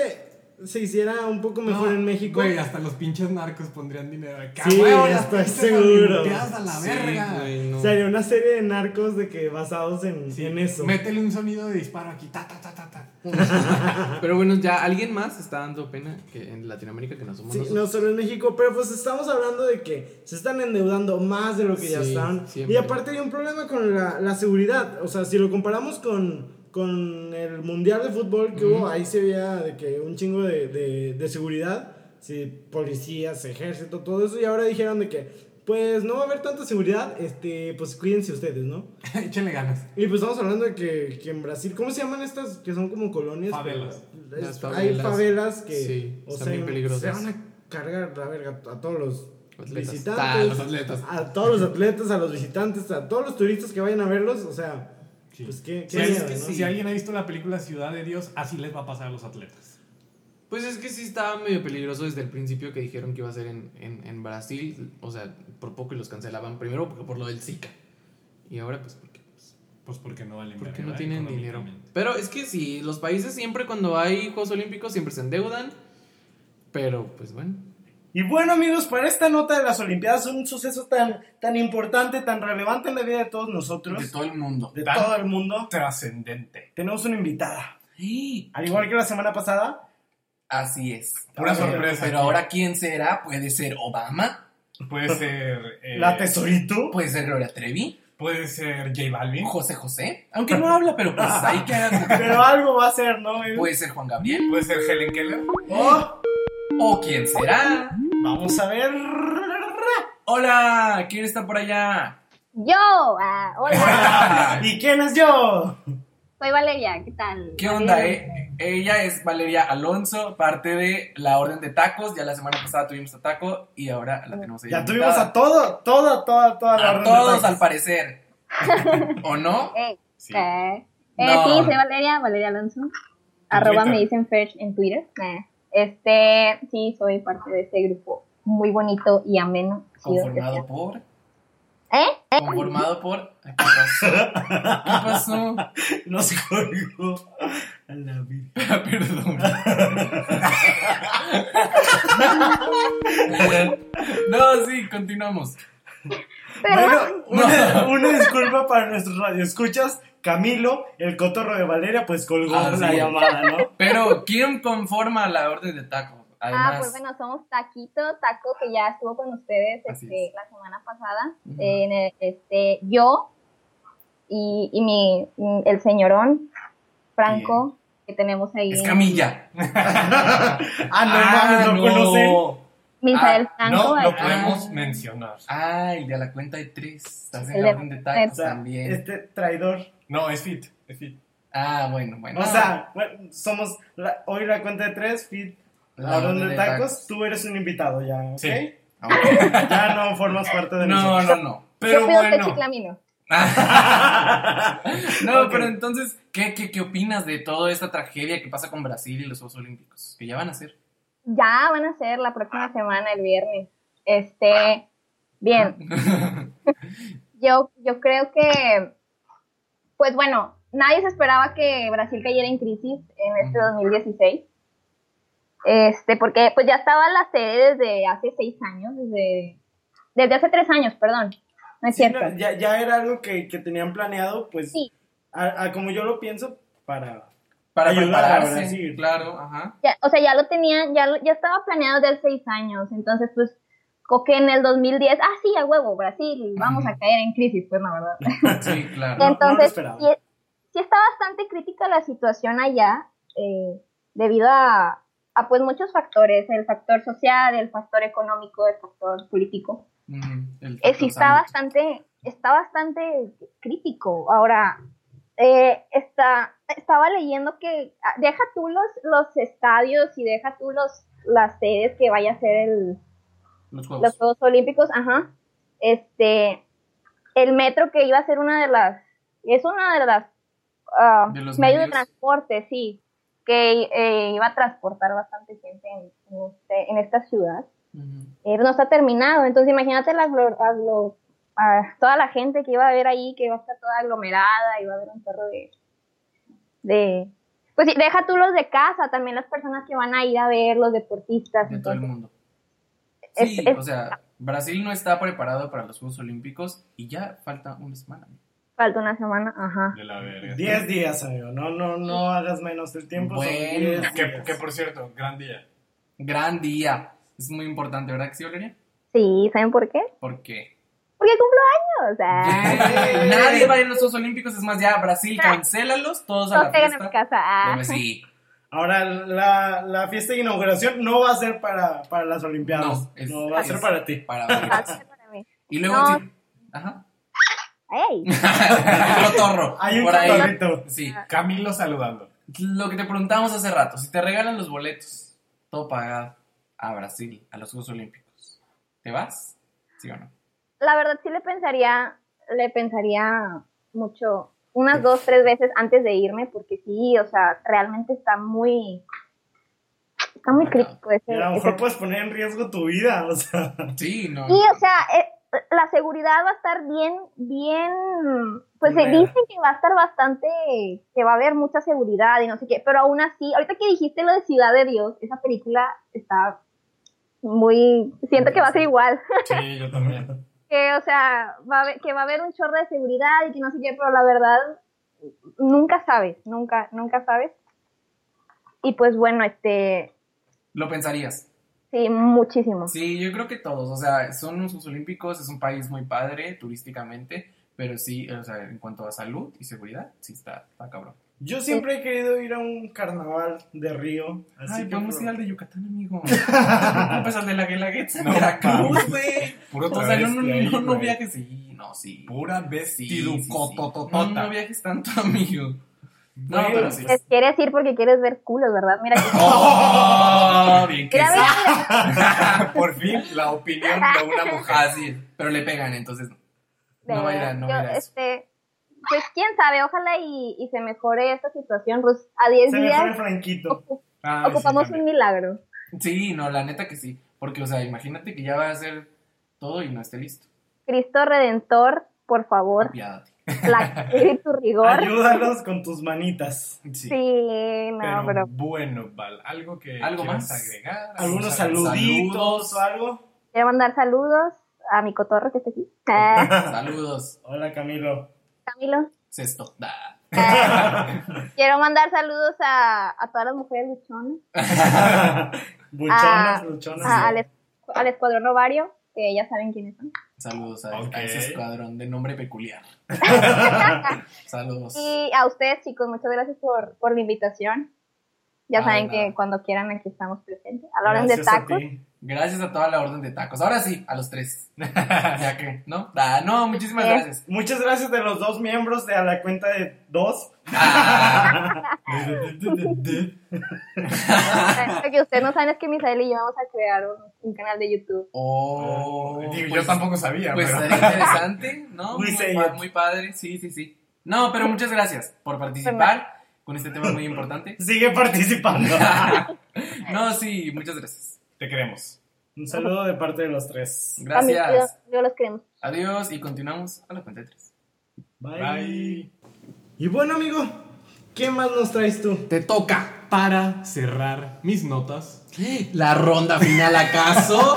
B: se hiciera un poco mejor
C: No,
B: en México.
C: Güey, hasta los pinches narcos pondrían dinero. acá,
B: Sí,
C: huevo, las
B: estoy
C: pinches
B: seguro.
C: Olimpiadas a la
A: Sí,
C: verga.
A: güey, no.
B: Sería una serie de narcos de que basados en,
C: Sí,
B: en eso.
C: Métele un sonido de disparo aquí. Ta, ta, ta, ta, ta.
A: [laughs]
C: [laughs]
A: Pero bueno, ya alguien más está dando pena que en Latinoamérica que no somos
B: Sí, no
A: nosotros.
B: solo en México, pero pues estamos hablando de que se están endeudando más de lo que ya
A: Sí,
B: están.
A: siempre.
B: Y aparte hay un problema con la, la seguridad. O sea, si lo comparamos con, con el Mundial de Fútbol que hubo, ahí se veía de que un chingo de, de- de seguridad.
E: sí, policías, ejército, todo eso, y ahora dijeron de que, pues no va a haber tanta seguridad, este, pues cuídense ustedes, ¿no?
C: Échenle ganas.
E: Y pues estamos hablando de que, que en Brasil, ¿cómo se llaman estas que son como colonias?
C: Favelas.
E: Pero es-
F: Las
E: Hay
F: favelas.
E: favelas que
F: Sí,
E: o
F: están
E: sea,
F: bien peligrosas.
E: se van a cargar la verga a todos los
F: Atletas.
E: visitantes,
F: Ah, los atletas.
E: a todos los atletas, a los visitantes, a todos los turistas que vayan a verlos, o sea,
C: Sí.
E: pues qué,
C: Si,
E: qué
C: hay-
E: miedo, ¿no?
C: si alguien ha visto la película Ciudad de Dios, así les va a pasar a los atletas.
F: Pues es que sí estaba medio peligroso desde el principio que dijeron que iba a ser en, en, en Brasil. O sea, por poco y los cancelaban. Primero porque por lo del Zika. Y ahora pues porque, pues,
C: Pues porque no valen
F: porque
C: verga,
F: no tienen dinero.
C: económicamente.
F: Pero es que sí, los países siempre cuando hay Juegos Olímpicos siempre se endeudan. Pero pues bueno.
B: Y bueno, amigos, para esta nota de las Olimpiadas, un suceso tan, tan importante, tan relevante en la vida de todos nosotros,
A: De todo el mundo.
B: de
A: Tan
B: todo el mundo,
A: trascendente.
B: tenemos una invitada. Al igual que Ah, la semana pasada,
A: Así es.
C: Pura
A: Pero-
B: pues
C: sorpresa.
A: Pero ahora, ¿quién será? Puede ser Obama,
C: [laughs] Puede ser. eh,
B: la tesorito.
F: pues,
A: puede ser Gloria Trevi,
C: Puede ser J Balvin.
A: José José,
B: [laughs]
A: aunque no habla, pero pues hay que haga-
B: Pero algo va a ser, ¿no?
F: pues,
A: Puede ser Juan Gabriel,
C: Puede ser Helen Keller.
B: Oh,
A: o quién será.
B: vamos a ver.
A: Hola, ¿quién está por allá?
G: Yo, ah,
A: [laughs]
G: hola,
B: ¿Y quién es yo?
G: soy Valeria, ¿qué tal?
A: ¿Qué onda,
G: Bien.
A: eh? Ella es Valeria Alonso, parte de la Orden de Tacos. Ya la semana pasada tuvimos a Taco y ahora la tenemos ahí.
B: Ya tuvimos a todo, todo, toda, toda la
A: A
B: orden de
A: todos,
B: tacos.
A: al parecer. ¿O no?
G: Eh,
A: Sí.
G: ¿qué?
A: No.
G: Eh, sí, soy Valeria, Valeria Alonso, arroba
C: Twitter.
G: me dicen Ferch en Twitter. Eh, Este, sí, soy parte de este grupo muy bonito y ameno. chido que
A: Conformado por.
G: sea. ¿Eh?
A: Conformado por. Ay, ¿Qué pasó? ¿Qué pasó?
B: [laughs] Nos colgó a la vida.
A: Ah, Perdón. [laughs] no, sí, continuamos.
B: Bueno, una, [laughs] una disculpa para nuestros radioescuchas. Camilo, el cotorro de Valeria, pues colgó
A: Ah,
B: la
A: sí.
B: llamada, ¿no?
A: Pero, ¿quién conforma la Orden de Tacos? Además,
G: Ah, pues bueno, somos Taquito, Taco, que ya estuvo con ustedes
A: Así
G: este,
A: es.
G: la semana pasada. eh,
A: Ujú.
G: en el- este, yo y, y mi, mm, el señorón Franco, que tenemos ahí.
A: es [laughs] Camilla.
B: Ah, no mames, no, conocen.
G: Misael
A: Ah,
G: Franco. ahí está.
C: mencionar.
A: Ah, el de la cuenta de tres. Estás en
G: El
A: la
G: de-
A: Orden de Tacos
B: O sea,
A: también.
B: Este traidor.
C: No, es Fit. Es Fit.
A: Ah, bueno, bueno.
B: O sea, bueno, somos la- hoy la cuenta de tres, Fit, la orden de tacos. Tú eres un invitado ya, ¿ok?
C: Sí.
A: Ah, ok.
B: Ya no formas parte
A: [laughs]
B: de
A: No,
B: nosotros.
A: no, no.
G: Yo
A: Pero
G: pido este
A: bueno.
G: chiclamino.
A: [laughs] no,
B: Ok.
A: pero entonces, ¿qué, qué, ¿qué opinas de toda esta tragedia que pasa con Brasil y los Juegos Olímpicos? Que ya van a ser.
G: Ya van a ser la próxima semana, el viernes. Este, bien, yo, yo creo que, pues bueno, nadie se esperaba que Brasil cayera en crisis en este
A: Ujú.
G: 2016. Este, porque pues ya estaba la sede desde hace seis años, desde, desde hace tres años, perdón. No es
B: Sí,
G: cierto.
B: no, ya, ya era algo que, que tenían planeado, pues,
G: Sí.
B: a, a como yo lo pienso, para...
A: Para
B: Ayudar a
A: prepararse.
B: Brasil.
A: Claro, ajá.
G: Ya, o sea, ya lo tenían, ya, lo- ya estaba planeado desde hace seis años. Entonces, pues, co- que en el 2010, ah, sí, a huevo, Brasil, vamos a
A: Ujú.
G: caer en crisis, pues, la verdad.
A: Sí, claro.
B: No, no lo
G: Entonces,
B: esperaba.
G: sí, sí está bastante crítica la situación allá, eh, debido a, a, pues muchos factores, el factor social, el factor económico, el factor político.
A: Mm, el-
G: Eh, sí
A: los
G: está
A: ámbitos.
G: bastante, está bastante crítico. Ahora, eh, está, estaba leyendo que ah, deja tú los, los estadios y deja tú los, las sedes que vaya a ser el,
A: Los Juegos.
G: los Juegos Olímpicos, ajá. Este, el metro que iba a ser una de las, es una de las ah,
A: De los
G: medios, de
A: medios.
G: transporte, sí, que eh, iba a transportar bastante gente en, en este- en esta ciudad.
A: Ujú.
G: Eh, no está terminado, entonces imagínate la aglo- aglo- ah, toda la gente que iba a ver ahí, que iba a estar toda aglomerada, iba a haber un perro de, de... Pues sí, deja tú los de casa, también las personas que van a ir a ver, los deportistas.
A: de todo el
G: entonces,
A: mundo.
G: es-
A: Sí,
G: es-
A: o sea, Brasil no está preparado para los Juegos Olímpicos y ya falta una semana.
G: Falta una semana, ajá.
C: De la verga.
B: 10 días, amigo. No, no, no hagas menos el tiempo. son
A: Bueno,
B: 10
C: Que,
B: días.
C: que, por cierto, gran día.
A: Gran día. Es muy importante, ¿verdad que sí, Valeria?
G: Sí, ¿saben por qué?
A: ¿Por qué?
G: Porque cumplo años. o
A: [laughs]
G: sea,
A: Nadie va a ir a los Juegos Olímpicos, es más, ya Brasil, cancélalos todos a
G: Ah. todos
A: la
G: pegan en mi
A: fiesta.
G: casa. ah.
A: Pues sí.
B: Ahora, la, la fiesta de inauguración no va a ser para, para las Olimpiadas.
A: No,
B: No,
A: es-
B: va a
A: es
B: ser para ti.
A: Para
G: Va a
A: ver.
G: ser para mí.
A: Y luego.
G: No.
A: sí- Ajá. [laughs]
G: ¡Ey!
A: Un cotorro.
B: Hay un
A: por ahí.
B: cotorrito.
A: Sí.
H: Camilo saludando.
A: Lo que te preguntábamos hace rato, si te regalan los boletos, todo pagado, a Brasil, a los Juegos Olímpicos, ¿te vas? ¿Sí o no?
G: La verdad sí le pensaría, le pensaría mucho, unas dos, tres veces antes de irme, porque sí, o sea, realmente está muy, está muy crítico ese.
B: Y a lo
G: ese
B: mejor puedes poner en riesgo tu vida, o
A: [laughs]
B: sea.
A: Sí, no.
G: Sí, o sea, eh, la seguridad va a estar bien, bien, pues se
A: Mira.
G: dicen que va a estar bastante, que va a haber mucha seguridad y no sé qué, pero aún así, ahorita que dijiste lo de Ciudad de Dios, esa película está muy, siento que va a ser igual, [laughs]
H: Sí, yo también.
G: que, o sea, va a haber- que va a haber un chorro de seguridad y que no sé qué, pero la verdad, nunca sabes, nunca, nunca sabes. Y pues bueno, este,
A: Lo pensarías.
G: sí, muchísimo.
A: Sí, yo creo que todos, o sea, son unos Juegos Olímpicos, es un país muy padre turísticamente, pero sí, o sea, en cuanto a salud y seguridad, sí está, está cabrón.
B: Yo siempre he querido ir a un carnaval de Río. Así
A: Ay,
B: que
A: podemos
B: por-
A: ir al de Yucatán, [laughs] amigo. No te preocupes al de la Guelaguetza,
H: No,
A: Veracruz,
H: mames.
A: güey.
H: Puro
A: O sea, no, no,
H: travesti ahí,
A: no, no
H: güey.
A: viajes, sí, no, sí.
H: Pura
A: Sí,
H: vestidutototota.
A: No, no viajes tanto, [laughs] amigo. No,
B: Bueno,
A: pero sí.
G: [laughs] Pues quieres ir porque quieres ver culos, ¿verdad?
A: [laughs]
G: Mira, que-
A: ¡Oh! Bien que
G: mira,
A: sí. [laughs]
G: mira, mira.
A: Por fin, la opinión de una mujer así. Pero le pegan, entonces. No
G: de-
A: baila, no
G: yo,
A: baila eso.
G: este, pues quién sabe, ojalá y, y se mejore esta situación. Rus. a 10
B: Se me fue
G: días
B: Franquito.
A: Ay,
G: ocupamos
A: Ah, sí,
G: un milagro.
A: también. Sí, no, la neta que sí. Porque, o sea, imagínate que ya va a ser todo y no esté listo.
G: Cristo Redentor, por favor,
A: Apiádate.
G: la y tu
A: [laughs]
G: rigor.
B: Ayúdanos con tus manitas.
A: Ah, Sí.
G: Sí, no,
H: Pero
G: pero
H: bueno, Val, algo que
A: ¿Algo
H: quieras
A: más?
H: agregar.
B: Algunos
A: Saludos.
B: saluditos o algo.
G: quiero mandar saludos a mi cotorro que
A: [laughs]
G: está aquí. Ah,
A: [laughs] Saludos,
B: Hola
G: [laughs]
B: Camilo.
G: Camilo.
A: sexto. Da.
G: Ah, quiero mandar saludos a, a todas las mujeres luchonas,
B: Buchonas,
G: Ah,
B: luchonas.
G: a- al, es- al escuadrón ovario, que ya saben quiénes son.
A: Saludos a, a
H: Ok.
A: ese escuadrón de nombre peculiar. Saludos.
G: Y a ustedes, chicos, muchas gracias por, por la invitación. Ya
A: Ah,
G: saben
A: de
G: que
A: nada.
G: cuando quieran aquí estamos presentes. A la hora de
B: Gracias a
G: tacos.
B: ti.
A: Gracias a toda la orden de tacos. Ahora sí, a los tres. ya que, ¿no? Da, no, muchísimas
G: Sí.
A: gracias.
B: Muchas gracias de los dos miembros de a la cuenta de dos.
C: [laughs]
G: Lo que ustedes no saben es que Misael y yo vamos a crear un, un canal de YouTube.
A: Oh,
H: Ah, Digo, yo
A: pues-
H: tampoco sabía,
A: Pues
C: eh.
H: pero-
A: estaría interesante,
H: [laughs]
A: ¿no?
B: We
A: Muy,
B: say
A: pa-
B: it.
A: muy padre, sí, sí, sí. No, pero muchas gracias por participar con este tema muy importante.
B: Sigue participando.
G: [laughs]
A: [laughs] No, sí, muchas gracias.
H: Te queremos.
B: Un saludo de parte de los tres.
G: También,
A: Gracias.
G: yo- yo los queremos.
A: Adiós y continuamos a la cuenta de tres.
B: Bye.
H: Bye.
I: Y bueno, amigo, ¿qué más nos traes tú?
J: Te toca.
C: Para cerrar mis notas,
J: La ronda final, ¿acaso?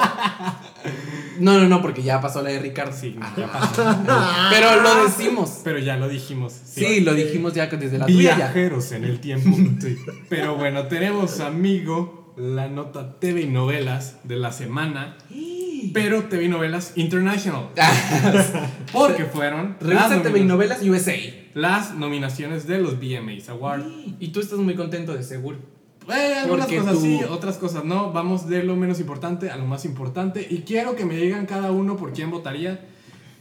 J: No, no, no, porque ya pasó la de Ricardo.
C: sí, ya
H: [laughs]
C: pasó.
J: Pero
I: Ah.
J: lo decimos.
C: Pero ya lo dijimos.
J: Sí, lo dijimos ya desde la tuya. ya.
C: Viajeros en
J: [laughs]
C: el tiempo. Pero bueno, tenemos amigo la nota TV y novelas de la semana. Pero TV y novelas
J: [laughs]
C: international. Porque fueron las,
J: Ah, Revisa TV y
C: nomina-
J: novelas USA.
C: las nominaciones de los VMAs Awards.
J: Y tú estás muy contento de seguro.
C: Eh, algunas
J: Porque
C: cosas
J: tú-
C: sí, otras cosas no. Vamos de lo menos importante a lo más importante. Y quiero que me digan cada uno por quién votaría.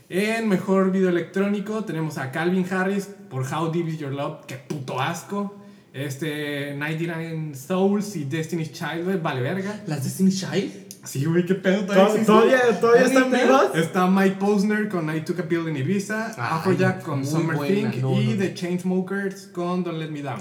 C: En mejor video electrónico tenemos a Calvin Harris por How Deep Is Your Love, que puto asco. Este, 99 Souls y Destiny's Child, vale verga.
J: ¿Las Destiny Child?
C: Sí, güey, qué pedo todavía
I: ¿Tod-
C: existe?
I: ¿Todavía, todavía están
J: ¿Neta?
I: vivas?
C: Está Mike Posner con I Took a Pill in Ibiza,
J: Ay,
C: Afrojack con
J: muy
C: Summer
J: buena,
C: Thing
J: no, no,
C: y
J: no.
C: The Chainsmokers con Don't Let Me Down.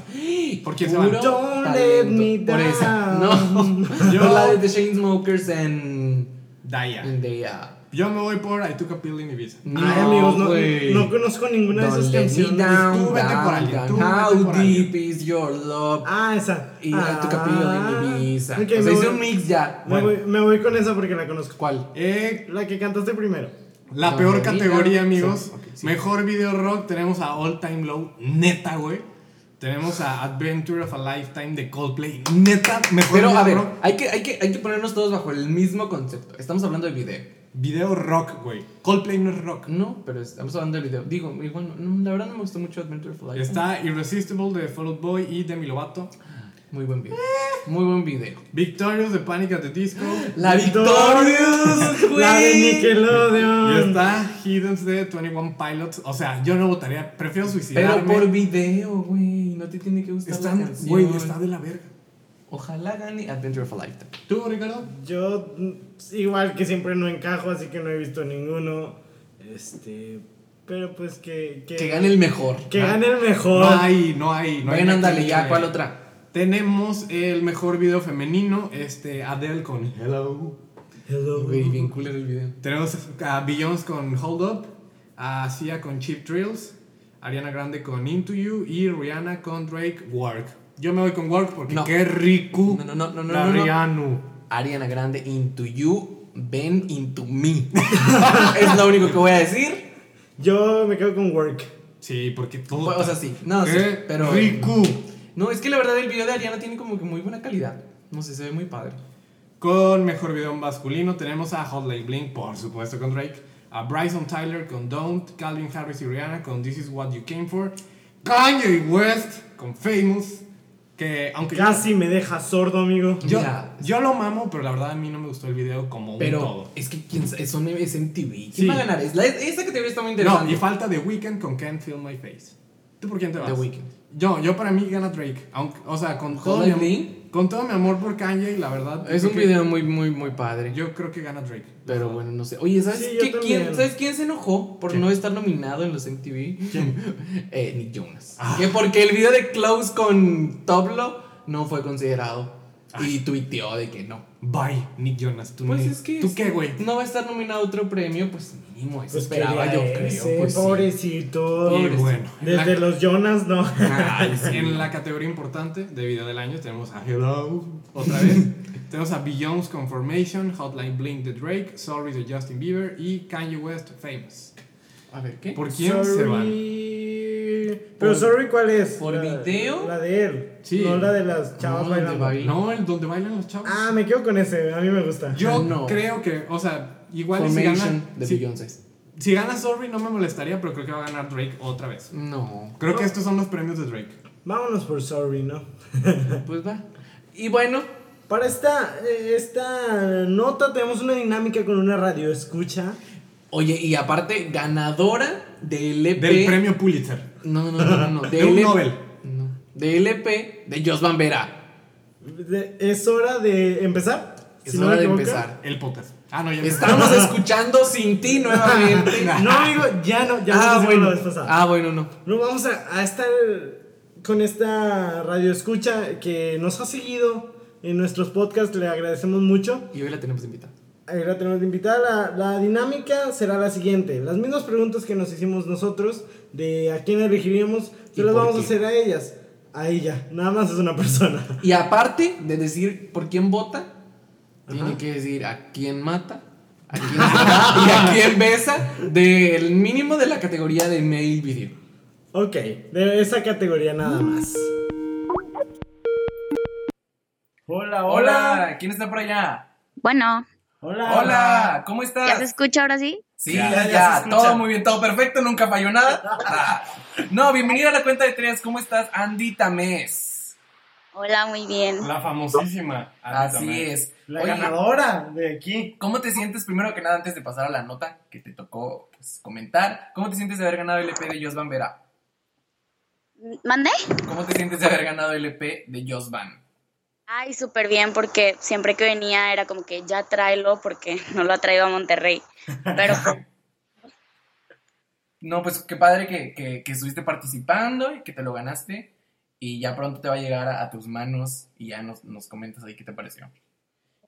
C: ¿Por quién se van?
J: Puro
I: Don't let me
J: talento. Por esa.
I: down.
J: No. [laughs]
C: Yo-
J: la de The Chainsmokers en.
C: Daya.
J: en The. uh,
C: Yo me voy por I Took a Pill in Ibiza.
J: No,
I: Ay, amigos, no,
J: güey.
I: no conozco ninguna de esas
J: Don't let me
I: canciones.
J: down,
C: Tú vete por
J: down,
C: alguien,
J: down.
C: tú vete
J: How
C: por
J: deep is your love?
I: Ah, esa.
J: y
I: ah,
J: I took a pill in Ibiza. o
I: ok, me
J: sea, hice
I: voy-
J: un mix ya.
I: Me, voy, me voy con esa porque la conozco.
J: ¿Cuál?
C: Eh,
I: La que cantaste primero.
C: la
J: No,
C: peor
J: bonita.
C: categoría, amigos.
J: Sí, ok, sí.
C: Mejor video rock tenemos a All Time Low, neta, güey. Tenemos a Adventure of a Lifetime de Coldplay, neta. Mejor
J: Pero
C: video
J: a ver,
C: rock.
J: hay que, hay, que, hay que ponernos todos bajo el mismo concepto. Estamos hablando de video.
C: Video rock, güey. Coldplay no es rock.
J: No, pero estamos hablando del video. Digo, igual, no, la verdad no me gustó mucho Adventure for Life.
C: Está Irresistible de Fall Out Boy y Demi Lovato.
A: Muy buen video. Muy buen video.
C: Victorious de Panic at the Disco.
A: La
J: [laughs]
A: Victorious, güey.
B: La de
C: Y
B: Nickelodeon.
C: está Hidden de 21 Pilots. O sea, yo no votaría. Prefiero
A: Pero
C: suicidarme.
A: por video, güey. No te tiene que gustar la
C: Están,
A: canción.
C: güey, está de la verga.
A: Ojalá gane Adventure of a Lifetime.
C: ¿Tú, Ricardo?
B: Yo, mm, igual que siempre no encajo, así que no he visto ninguno. Este. Pero pues que. Que,
A: Que gane el mejor.
B: que gane el mejor.
C: No hay, no hay. No hay
A: Bueno, ándale,
C: mecanismo
A: ya,
C: de-
A: ¿cuál otra?
C: Tenemos el mejor video femenino, este Adele con Hello.
B: Hello.
A: Güey, bien cool era el video.
C: Tenemos a Beyoncé con Hold Up, a Sia con Cheap Drills, Ariana Grande con Into You y Rihanna con Drake Work. Yo me voy con Work porque
A: No.
C: qué rico.
A: No, no, no, no, no,
C: la
A: no, no.
C: Rihanna.
A: Ariana Grande, Into You, Ben, Into Me. [laughs] es lo único que voy a decir.
B: Yo me quedo con Work.
C: Sí, porque todo.
A: O sea, sí. No,
C: qué
A: sí, pero...
C: rico.
A: No, es que la verdad el video de Ariana tiene como que muy buena calidad. No sé, se ve muy padre.
C: Con mejor video masculino tenemos a Hotline Blink, por supuesto, con Drake. A Bryson Tyler con Don't. Calvin Harris y Rihanna con This Is What You Came For. Kanye West con Famous. Que aunque yo-
B: Casi me deja sordo, amigo.
C: yo,
A: Mira.
C: yo lo mamo, pero la verdad a mí no me gustó el video como
A: Pero
C: un todo.
A: es que quién sa- son es MTV. ¿Quién
C: Sí.
A: va a ganar? Es la- esa categoría está muy
C: No,
A: interesante.
C: y falta The Weeknd con Can't Feel My Face. ¿Tú por quién te
A: The
C: vas?
A: Weeknd.
C: Yo, yo para mí gana Drake. aunque- o sea, con todo, mi,
A: Hotline
C: am-
A: Bling.
C: con todo mi amor por Kanye, la verdad.
A: es
C: yo
A: un
C: creo que-
A: video muy, muy, muy padre.
C: Yo creo que gana Drake.
A: Pero bueno, no sé. Oye, ¿sabes,
B: Sí, yo
A: qué, quién,
B: también.
A: ¿sabes quién se enojó por no estar nominado en los MTV? [laughs] Eh, Nick Jonas. Que porque el video de Close con Toblo no fue considerado. Y tuiteó de que no.
C: Bye, Nick Jonas. Tú,
A: Pues
C: ni-
A: es que.
C: ¿Tú
A: si
C: qué, güey?
A: No va a estar nominado a otro premio, pues mínimo. Eso
B: Pues
A: esperaba yo,
B: quería
A: creo.
B: ese,
A: pues sí.
B: pobrecito.
C: Y bueno,
B: Desde
C: la-
B: los Jonas, no.
C: Ay, sí. [laughs] En la categoría importante de video del año tenemos a Hello otra vez. tenemos a Beyoncé con Formation, Hotline Blink de Drake, Sorry de Justin Bieber y Kanye West Famous.
A: A ver, ¿qué?
C: ¿Por quién
B: Sorry.
C: se van?
B: Pero
A: Por-
B: sorry, ¿cuál es?
A: por
B: La-
A: video.
B: La de él.
C: Sí.
B: No la de las chavas
A: No,
B: bailando.
A: de baile.
C: No, el donde bailan los chavos.
B: Ah, me quedo con ese. A mí me gusta.
C: Yo
A: no.
C: creo que, o sea, igual y si
A: Formation
C: gana,
A: de
C: si,
A: Beyoncé.
C: si gana Sorry no me molestaría, pero creo que va a ganar Drake otra vez.
A: No. [laughs]
C: Creo que estos son los premios de Drake.
B: Vámonos por sorry, ¿no? [laughs]
A: Pues va. Y bueno,
B: Para esta, eh, esta nota tenemos una dinámica con una radio escucha.
A: oye, y aparte, ganadora del E EP.
C: Del premio Pulitzer.
A: No, no, no, no. no.
C: [laughs] De un
A: LP.
C: Nobel.
A: No. Del EP de Jos Van
C: [laughs]
A: Vera.
B: De- es hora de empezar.
A: Es
B: si no
A: hora
B: me
A: de
B: equivoco.
A: empezar.
C: El podcast. Ah, no, ya
A: Estamos escuchando sin ti
C: [laughs]
A: nuevamente.
B: Ah, No, amigo, ya no, ya
A: ah,
B: no
A: bueno.
B: la vez pasada.
A: ah, bueno, no.
B: No, vamos a, a estar con esta radio escucha que nos ha seguido en nuestros podcasts, le agradecemos mucho.
A: Y hoy la tenemos invitada.
B: Ahí la tenemos de invitada. La, la dinámica será la siguiente. Las mismas preguntas que nos hicimos nosotros de a quién elegiríamos,
A: ¿Y
B: se las
A: por
B: vamos a
A: qué?
B: hacer a ellas. A ella, nada más es una persona. [laughs]
A: Y aparte de decir por quién vota, tiene que decir a quién mata, a quién mata y
B: [laughs]
A: a quién besa del mínimo de la categoría de mail video.
B: Ok, de esa categoría nada más.
K: Hola, hola.
L: Hola, ¿quién está por allá?
G: Bueno,
K: Hola.
L: Hola, ¿cómo
G: ¿ya se
L: estás?
G: escucha ahora sí?
L: Sí,
K: Ya,
L: ya,
K: ya se
L: ya,
K: escucha.
L: todo muy bien, todo perfecto, nunca falló nada. Ah. No, bienvenida a la cuenta de tres, ¿cómo estás? Andy Tamés.
G: Hola, muy bien.
M: La famosísima.
L: Así es.
K: La
L: Oye,
K: ganadora de aquí.
L: ¿Cómo te sientes, primero que nada, antes de pasar a la nota que te tocó pues, comentar? ¿Cómo te sientes de haber ganado el EP de Jos Van Vera?
G: ¿Mandé?
L: ¿Cómo te sientes de haber ganado el EP de Jos Van?
G: Ay, súper bien, porque siempre que venía era como que ya tráelo, porque [laughs] no lo ha traído a Monterrey.
L: [laughs]
G: Pero pues,
L: No, pues qué padre que, que- que estuviste participando y que te lo ganaste. Y ya pronto te va a llegar a, a tus manos y ya nos, nos comentas ahí qué te pareció.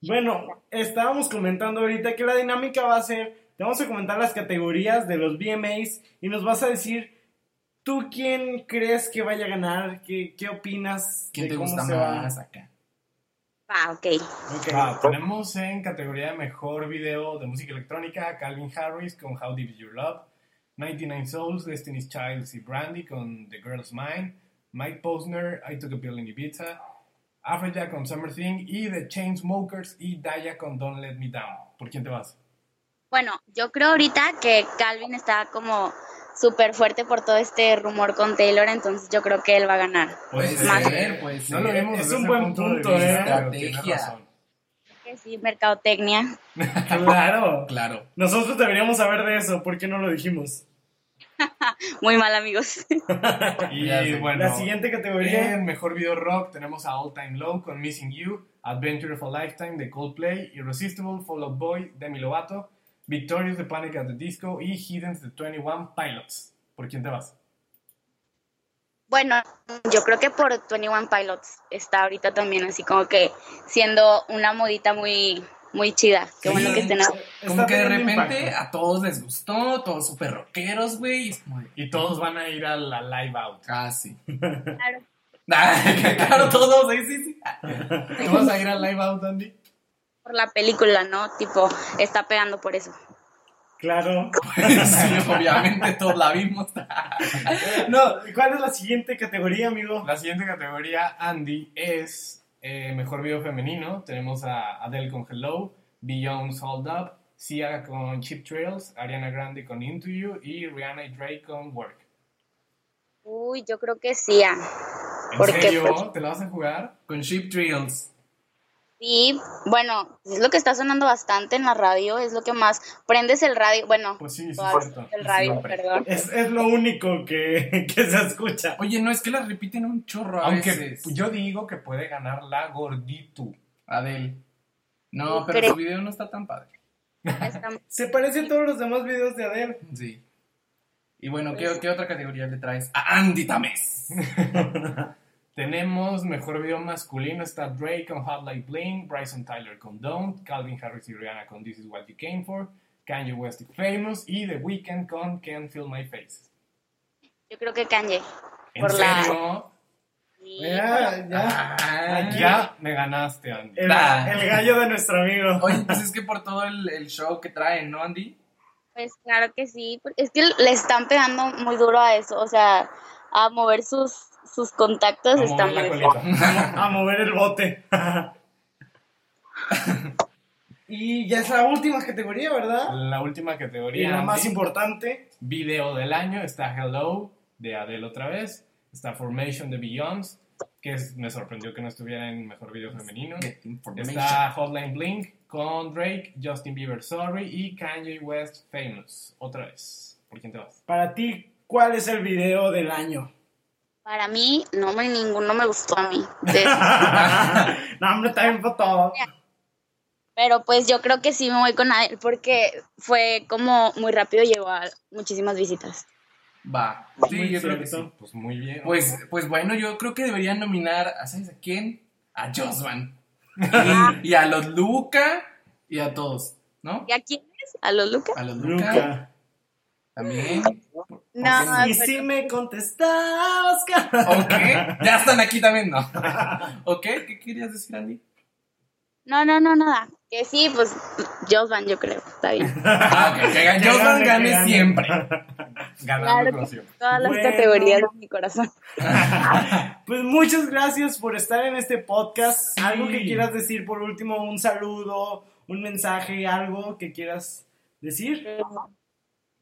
K: Bueno, estábamos comentando ahorita que la dinámica va a ser, te vamos a comentar las categorías de los VMAs y nos vas a decir, ¿tú quién crees que vaya a ganar? ¿Qué, qué opinas?
L: ¿Quién
K: de
L: te
K: cómo
L: gusta
K: se va? [laughs]
L: más acá?
G: va, ok.
K: Ok.
M: Ah, tenemos en categoría de mejor video de música electrónica a Calvin Harris con How Deep Is Your Love, 99 Souls, Destiny's Child y Brandy con The Girl's Mind, Mike Posner, I Took a Pill in Ibiza, Afrojack con Summer Thing y The Chainsmokers y Daya con Don't Let Me Down. ¿Por quién te vas?
G: Bueno, yo creo ahorita que Calvin está como
N: súper fuerte por todo este rumor con Taylor, entonces yo creo que él va a ganar.
A: Puede
M: Pues,
N: Más.
A: ser, puede ser.
C: No lo vemos
B: Pues, eh, Es
C: desde
B: un
C: ese
B: buen
C: de
B: punto,
C: vista,
B: ¿eh?
C: pero tienes
A: Estrategia.
C: razón.
N: Que sí, mercadotecnia.
B: Claro.
A: Claro.
B: Nosotros deberíamos saber de eso, ¿por qué no lo dijimos?
N: Muy mal,
G: [laughs]
N: amigos.
A: Ya sé.
C: Y bueno,
B: La siguiente categoría.
C: en mejor video rock tenemos a All Time Low con Missing You, Adventure of a Lifetime de Coldplay, Irresistible, Fall Out Boy, Demi Lovato, Victorious de Panic at the Disco y Hidden de 21 Pilots. ¿Por quién te vas?
N: Bueno, yo creo que por 21 Pilots está ahorita también así como que siendo una modita muy, muy chida.
A: Sí.
N: Qué bueno que estén a-
A: Como
B: Está
A: que de
B: teniendo
A: repente
B: impacto.
A: a todos les gustó, todos super rockeros, güey. y es como de,
C: Y todos van a ir a la live out.
A: Ah, sí.
N: Claro.
A: [laughs] Ah, claro, todos, sí, sí, Ah, sí.
C: ¿Tú vas a ir al live out, Andy?
N: por la película, ¿no? Tipo, está pegando por eso.
C: [laughs]
B: Claro.
A: pues Sí, obviamente todos la vimos. [laughs]
B: No, ¿cuál es la siguiente categoría, amigo?
C: La siguiente categoría, Andy, es eh, mejor video femenino. Tenemos a Adele con Hello, Beyond Sold Up, Sia con Cheap Trails, Ariana Grande con Into You y Rihanna y Drake con Work.
N: Uy, yo creo que sí. ah.
C: ¿En
N: ¿Por qué?
C: serio?
N: Pues-
C: ¿Te la vas a jugar?
A: Con Ship Drills.
N: Sí, bueno, es lo que está sonando bastante en la radio, es lo que más prendes el radio, bueno,
C: Pues sí, sí,
N: todavía
C: es cierto.
N: el radio,
A: Siempre.
N: perdón.
B: Es, es lo único que, [laughs] que se escucha.
A: Oye, no, es que las repiten un chorro a
C: Aunque
A: veces.
C: yo digo que puede ganar la gorditu.
A: Adel. No,
N: No
A: pero
N: creo.
A: su video no está tan padre.
N: Está-
B: Se parece a todos los demás videos de Adele.
A: Sí. Y bueno,
N: Pues
A: ¿qué, qué otra categoría le traes? A Andy Tamés.
C: Tenemos mejor video masculino, está Drake con Hot Like Bling, Bryson Tyler con Don't, Calvin Harris y Rihanna con This Is What You Came For, Kanye West y Famous y The Weeknd con Can't Feel My Face.
N: Yo creo que Kanye.
C: ¿En
N: Por la-
C: serio?
N: Sí,
B: Ya, ya.
A: Ah,
C: Ya me ganaste, Andy.
B: El,
A: Ah.
B: el gallo de nuestro amigo.
A: Oye, pues es que por todo el, el show que traen, ¿no, Andy?
N: Pues claro que sí, porque es que le están pegando muy duro a eso, o sea, a mover sus, sus contactos
C: Como
N: está
C: la
N: muy
C: colita. [laughs]
B: A mover el bote. [laughs] y ya es la última categoría, ¿verdad?
C: La última
B: Y
C: categoría.
B: la más
C: Andy.
B: importante.
C: Video del año está Hello de Adele otra vez, está Formation de Beyoncé, que es- me sorprendió que no estuviera en mejor video femenino.
A: Get information.
C: [laughs] Está Hotline Blink con Drake, Justin Bieber Sorry y Kanye West Famous otra vez. ¿Por quién te vas?
B: Para ti, ¿cuál es el video del año? [laughs]
N: Para mí, no, me- ninguno me gustó a mí. De-
C: [laughs]
B: no, hombre, está bien para todo.
N: Pero pues yo creo que sí me voy con él porque fue como muy rápido, llegó a muchísimas visitas.
A: Va. Sí,
B: Muy
A: yo creo que
B: cierto.
A: sí.
C: Pues muy bien.
A: Pues, pues bueno, yo creo que deberían nominar, ¿a- ¿sabes a quién? A Josvan. y, y a los Luca y a todos, ¿no?
N: ¿Y a quién es? ¿A los Lucas?
A: A los Luca,
B: Nunca.
A: también.
N: No,
B: Y
N: pero-
B: si me contestabas, cara.
A: ¿O qué? Ya están aquí también, ¿no? [laughs] ¿O qué? ¿Qué querías decir, Andy?
N: No, no, no, nada. Que sí, pues Josvan, yo creo. Está bien.
A: Ah, ok, que gane- Josvan
B: gane, que
A: gane
B: gane.
A: siempre.
C: ganando
N: claro.
C: como siempre.
N: Todas las
B: Bueno.
N: categorías de mi corazón.
B: Pues muchas gracias por estar en este podcast. Algo que quieras decir por último, un saludo, un mensaje, algo que quieras decir.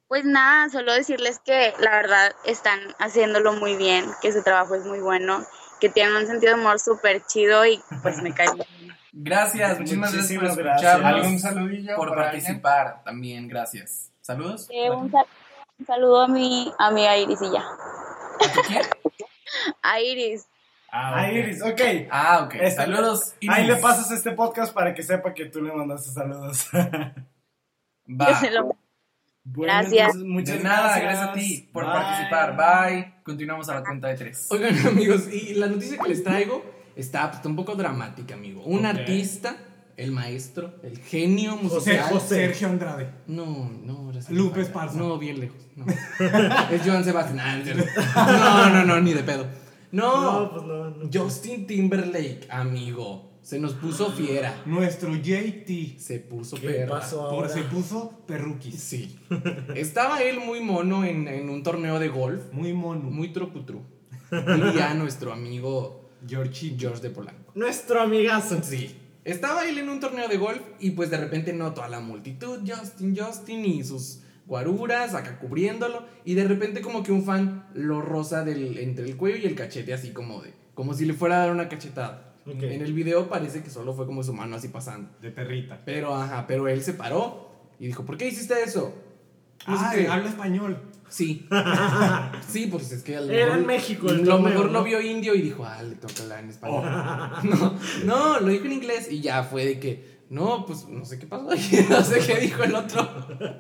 N: Pues nada, solo decirles que la verdad están haciéndolo muy bien, que su trabajo es muy bueno, que tienen un sentido de humor súper chido y pues me cae bien.
A: Gracias, muchísimas gracias por
B: Muchísimas gracias.
A: escucharnos.
C: ¿Algún saludillo
A: Por
C: para
A: participar también, gracias. ¿Saludos?
N: Eh, un, sal- un saludo a mi amiga Iris y ya.
A: ¿A tu quién?
N: A Iris.
C: Ah,
B: A
C: ok.
B: Iris, ok.
A: Ah, ok.
B: Este-
A: Saludos.
B: Ahí
A: Iris.
B: le pasas este podcast para que sepa que tú le mandaste saludos. [laughs]
A: Va.
N: Yo se lo-
B: Bueno,
N: Gracias.
B: entonces, muchas
A: de nada, gracias a ti por
B: Bye.
A: participar. Bye. Continuamos a la cuenta de tres.
O: Oigan, [laughs] amigos, y la noticia que les traigo está, pues, está un poco dramática, amigo. Un
C: Ok.
O: artista, el maestro, el genio
P: José,
O: musical.
P: José.
Q: Sergio Andrade.
O: No, no, ahora sí.
Q: Lupe
O: no,
Q: Esparza.
O: No, bien lejos. No. [laughs] es Joan Sebastián. Ah, no, es cierto. no, no, no, ni de pedo. No,
P: No, pues no, no.
O: Justin Timberlake, amigo. Se nos puso fiera.
Q: Nuestro JT.
O: Se puso
P: ¿Qué
O: perra.
P: pasó
Q: Por,
P: ahora?
Q: se puso perruquis.
O: Sí. Estaba él muy mono en, en un torneo de golf.
Q: Muy mono.
O: Muy
P: [laughs]
O: trocutru. Diría nuestro amigo George, George de Polanco.
P: Nuestro amigazo.
O: Sí. Estaba él en un torneo de golf y pues de repente no toda la multitud, Justin, Justin y sus
A: guaruras, acá cubriéndolo, y de repente como que un fan lo roza del, entre el cuello y el cachete, así como de, como si le fuera a dar una cachetada.
B: Ok.
A: En el video parece que solo fue como su mano así pasando.
C: De perrita.
A: Pero, ajá, pero él se paró y dijo, ¿por qué hiciste eso? No sé
C: Ah,
A: qué.
C: habla español.
B: [laughs]
A: Sí. sí, pues es que a lo
B: Era
A: mejor-
B: en México el
A: a lo
B: torneo,
A: mejor
B: ¿no? Oh.
A: lo vio indio y dijo, ah, le toca la en español. [laughs] No, no, lo dijo en inglés y ya fue de que, no, pues no sé qué pasó ahí, [laughs] no sé qué dijo el otro.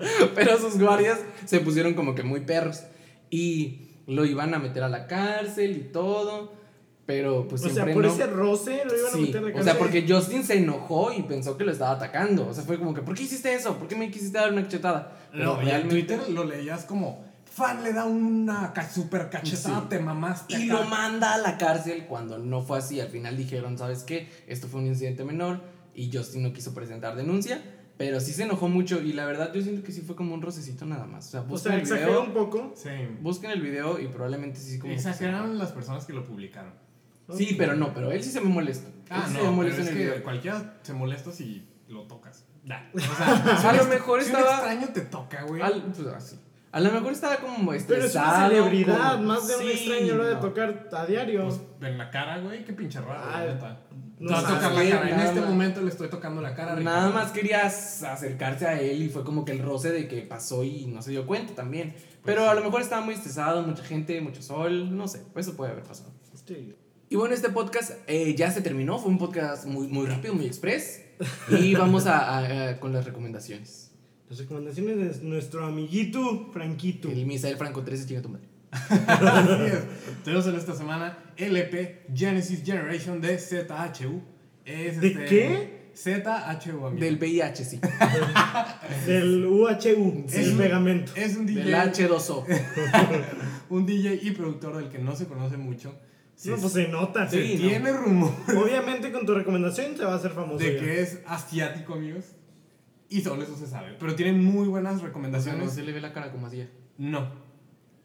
A: [laughs] Pero sus guardias se pusieron como que muy perros y lo iban a meter a la cárcel y todo. Pero pues
B: O sea,
A: siempre
B: por
A: no.
B: ese roce lo iban
A: Sí,
B: a meter de
A: o sea, porque Justin se enojó y pensó que lo estaba atacando. O sea, fue como que, ¿por qué hiciste eso? ¿Por qué me quisiste dar una cachetada?
C: No,
A: Pero
C: y en
A: realmente-
C: Twitter lo leías como fan le da una ca- super cachetada,
A: Sí.
C: te mamaste.
A: Y
C: acá".
A: lo manda a la cárcel cuando no fue así. Al final dijeron, ¿sabes qué? Esto fue un incidente menor y Justin no quiso presentar denuncia. Pero sí se enojó mucho y la verdad yo siento que sí fue como un rocecito nada más. O sea,
B: O
A: busquen,
B: sea,
A: el,
B: exageró un
A: video,
B: poco.
C: Sí.
A: busquen el video y probablemente sí como... que se
C: Exageraron las personas que lo publicaron.
A: enojó. Sí, pero no, pero él sí se me molesta.
C: Ah,
A: él sí se
C: no,
A: me
C: pero
A: molesta
C: es
A: en el
C: que
A: video.
C: cualquiera se molesta si lo tocas. O sea,
A: A lo mejor
C: si
A: estaba-
C: un extraño te toca, güey.
A: Al- pues, así. A lo mejor estaba como
B: Pero es
A: estresado.
B: una celebridad,
A: como-
B: más de un
A: Sí,
B: extraño lo ha de
A: no.
B: tocar a diario.
C: Pues, en la cara, güey, qué pinche
B: Ah,
C: raro. neta.
B: no
C: Te va a tocar
A: sabes,
C: la cara. En
A: nada
C: este
A: más.
C: momento le estoy tocando la cara. Ricardo.
A: Nada
C: [laughs]
A: más quería as- acercarse a él y fue como que el roce de que pasó y no se dio cuenta también. Pero a lo mejor estaba muy estresado, mucha gente, mucho sol, no sé, pues eso puede haber pasado.
B: Sí.
A: Y bueno, este podcast eh, ya se terminó, fue un podcast muy, muy rápido, muy express. [laughs] Y vamos a, a- a- con las recomendaciones.
B: Las recomendaciones de nuestro amiguito Franquito.
A: El Misael Franco 13, chinga tu madre.
C: Así es. Tenemos en esta semana LP Genesis Generation de ZHU. Es
B: ¿De
C: este,
B: qué?
C: ZHU, amigo.
A: Del VIH, [laughs] sí.
B: Del UHU, el
C: un-
B: pegamento.
C: Es un DJ.
A: Del [laughs] H2O.
C: un DJ y productor del que no se conoce mucho. Se,
B: No, pues se nota.
C: se
A: sí, no.
C: tiene rumor
B: Obviamente con tu recomendación te va a hacer famoso.
C: de
B: ya.
C: que es asiático, amigos. Y solo eso se sabe. Pero tiene muy buenas
A: O sea, no
C: recomendaciones.
A: se le ve la cara como hacía.
C: No.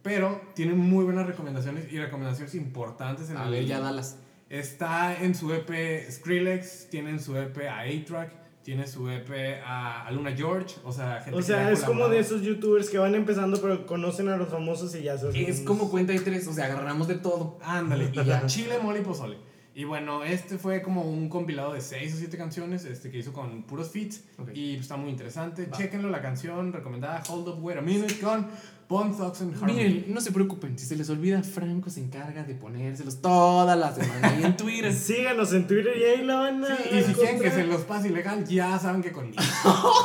C: Pero tiene muy buenas recomendaciones y recomendaciones importantes en
A: A
C: el
A: ver,
C: libro.
A: ya Dallas.
C: Está en su EP Skrillex, tiene en su EP a A-Track, tiene su EP a, a Luna George, o sea, gente
B: O
C: que
B: sea,
C: ha
B: es como
C: colaborado.
B: de esos youtubers que van empezando pero conocen a los famosos y ya se hacen
A: Es
B: famosos.
A: como cuenta de tres, o sea, agarramos de todo.
C: Ándale,
A: [laughs]
C: y
A: Y
C: ya.
A: ya.
C: Chile, mole y pozole. Y bueno, este fue como un compilado de 6 o 7 canciones este, que hizo con puros feats.
A: Ok.
C: Y pues, está muy interesante.
A: Va.
C: Chéquenlo, la canción recomendada Hold Up Wait a Minute con Bone Thugs and Harmony.
A: Miren, no se preocupen, si se les olvida, Franco se encarga de ponérselos toda la semana y en Twitter.
B: Síganos en Twitter y ahí la van a.
C: Sí, y si quieren que se
B: encontrar.
C: los pase ilegal, ya saben que conmigo.
A: [laughs]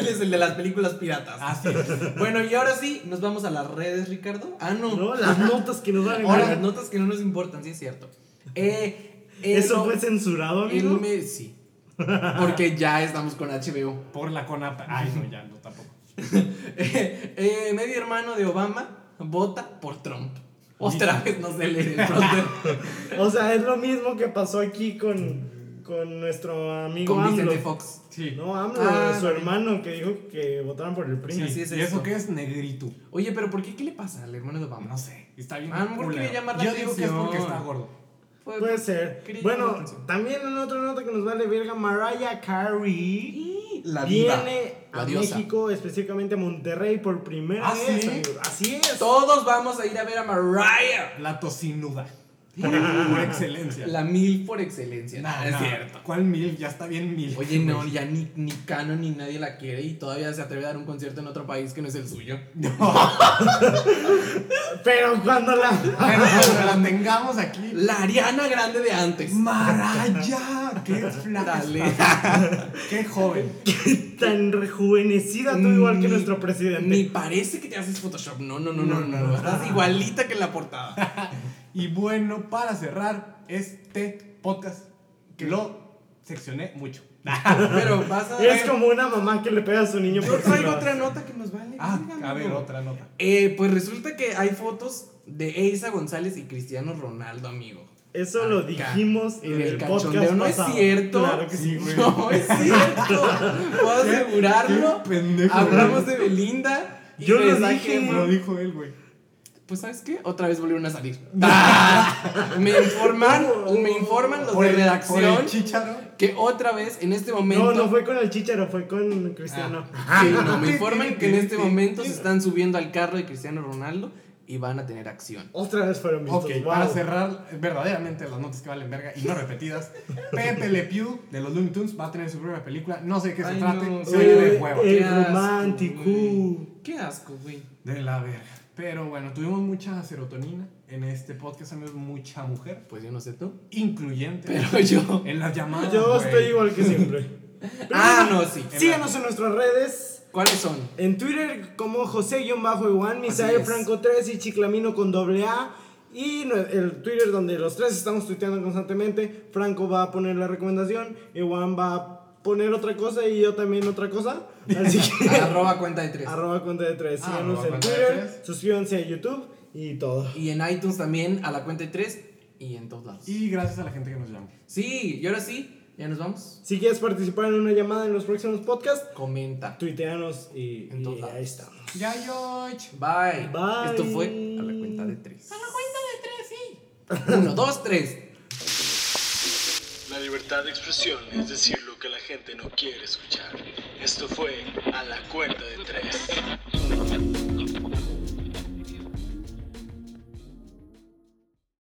A: Él es el de las películas piratas.
C: Así es.
A: Bueno, y ahora sí, nos vamos a las redes, Ricardo. Ah, no.
B: No, las notas que nos van a
A: Ahora,
B: ganar.
A: notas que no nos importan, sí es cierto. Eh, eh,
B: Eso
A: no,
B: fue censurado,
A: el
B: amigo.
A: me- sí. Porque ya estamos con HBO.
C: [laughs] Por la conapa. Ay, no, ya, no, tampoco.
A: [laughs] Eh, eh, medio hermano de Obama vota por Trump. Otra vez no se lee el [laughs] fronter.
B: O sea, es lo mismo que pasó aquí con, con nuestro amigo
A: con
B: AMLO.
A: Vicente Fox.
C: Sí.
B: No, AMLO,
A: Ah,
B: su hermano que dijo que votaron por el PRI.
A: Sí, así es
C: ¿Y eso
A: esto.
C: qué es negrito?
A: Oye, pero ¿por qué? ¿Qué le pasa al hermano de Obama?
C: No sé. Está bien.
A: Ah, ¿por qué
C: culero.
A: le llamar la
C: Yo digo que es porque
A: atención?
C: está gordo.
A: Fue-
B: Puede ser.
A: Quería llamar la
B: Bueno,
A: atención.
B: también en otra nota que nos vale verga, Mariah Carey
A: Y la diva,
B: viene
A: la
B: a
A: diosa.
B: México, específicamente a Monterrey, por primera
C: ¿Ah,
B: vez.
C: sí?
B: amigo. Así es.
A: Todos vamos a ir a ver a Mariah.
C: La
A: [laughs]
C: tocinuda. Por, por excelencia.
A: La mil por excelencia.
C: Nah,
A: No,
C: nah,
A: es cierto.
C: ¿Cuál mil? Ya está bien mil.
A: Oye, no, ya ni, ni Cano ni nadie la quiere y todavía se atreve a dar un concierto en otro país que no es el suyo.
B: Pero cuando la. [laughs]
C: [laughs] Pero cuando la tengamos aquí.
A: La Ariana Grande de antes.
C: Maraya, qué flaca.
A: Dale.
C: está. Qué joven.
B: tan rejuvenecida, tú igual que nuestro presidente.
A: Ni parece que te haces Photoshop. No, no, no, no, no. no. Estás igualita que en la portada.
C: Y bueno, para cerrar este podcast, que lo seccioné mucho. Ah,
A: Pero vas a
B: Es
A: ver-
B: como una mamá que le pega a su niño
A: Yo
B: por
A: traigo
B: celular.
A: otra nota que nos vale.
C: Ah,
A: verga,
C: a ver,
A: amigo.
C: otra nota.
A: Eh, pues resulta que hay fotos de Eiza González y Cristiano Ronaldo, amigo.
B: Eso lo
A: Acá.
B: dijimos en el, podcast
A: cachondeo. No
B: pasado.
A: es cierto.
B: Claro que sí, güey.
A: No es cierto. Puedo asegurarlo.
C: Qué pendejo,
A: Hablamos de Belinda. y
B: Yo lo
A: les da
B: dije.
A: que-
C: Lo dijo él, güey.
A: Pues ¿sabes qué? Otra vez volvieron a
C: [laughs]
A: salir. me informan, me informan los
C: Por
A: de
C: el- Ah. por el
A: redacción
C: Chícharo.
A: Que otra vez, en este momento. Ah.
B: No, no fue con el chicharo, fue con Cristiano.
C: Ah.
A: Sí, no, me informan que en este momento se están subiendo al carro de Cristiano Ronaldo y van a tener acción.
B: Otra vez fueron vistos.
C: Ok,
B: wow.
C: para cerrar verdaderamente las notas que valen verga y no repetidas, Pepe Le Pew de los Looney Tunes va a tener su propia película. No sé de qué se
A: Ay,
C: trate,
A: no,
C: se oye
B: güey.
C: de huevo.
B: Eh,
A: Qué asco,
B: romántico.
A: güey. Qué asco, güey.
C: De la verga. Pero bueno, tuvimos mucha serotonina en este podcast, amigos, mucha mujer,
A: Pues yo no sé tú.
C: incluyente
A: Pero
C: [laughs]
A: yo.
C: en las llamadas.
B: Yo
C: güey.
B: estoy igual que siempre.
A: [laughs] Ah, no, sí.
B: Síganos en nuestras redes.
A: ¿Cuáles son?
B: En Twitter como José-Iguan,
A: Así
B: Misael
A: es.
B: Franco 3 y Chiclamino con doble A. Y no- el Twitter donde los tres estamos tuiteando constantemente. Franco va a poner la recomendación, Iguan va a poner otra cosa y yo también otra cosa. Así
A: [laughs]
B: que
A: Arroba cuenta de tres.
B: arroba cuenta de tres.
C: Ah,
B: Síganos
C: arroba
B: en
C: cuenta de
B: Twitter,
C: tres.
B: suscríbanse a YouTube y todo.
A: Y en iTunes también a la cuenta de tres y en todos lados.
C: Y gracias a la gente que nos llamó.
A: Sí, y ahora sí, ya nos vamos.
B: Si quieres participar en una llamada en los próximos podcasts,
A: Comenta.
B: tuiteanos y,
A: En todos
B: y
A: lados.
B: ahí estamos.
C: Ya, George.
A: Bye.
B: Bye.
A: Esto fue a la cuenta de tres. A la cuenta de tres, sí. Uno, dos, tres.
R: La libertad de expresión es decir lo que la gente no quiere escuchar. Esto fue a la cuenta de tres.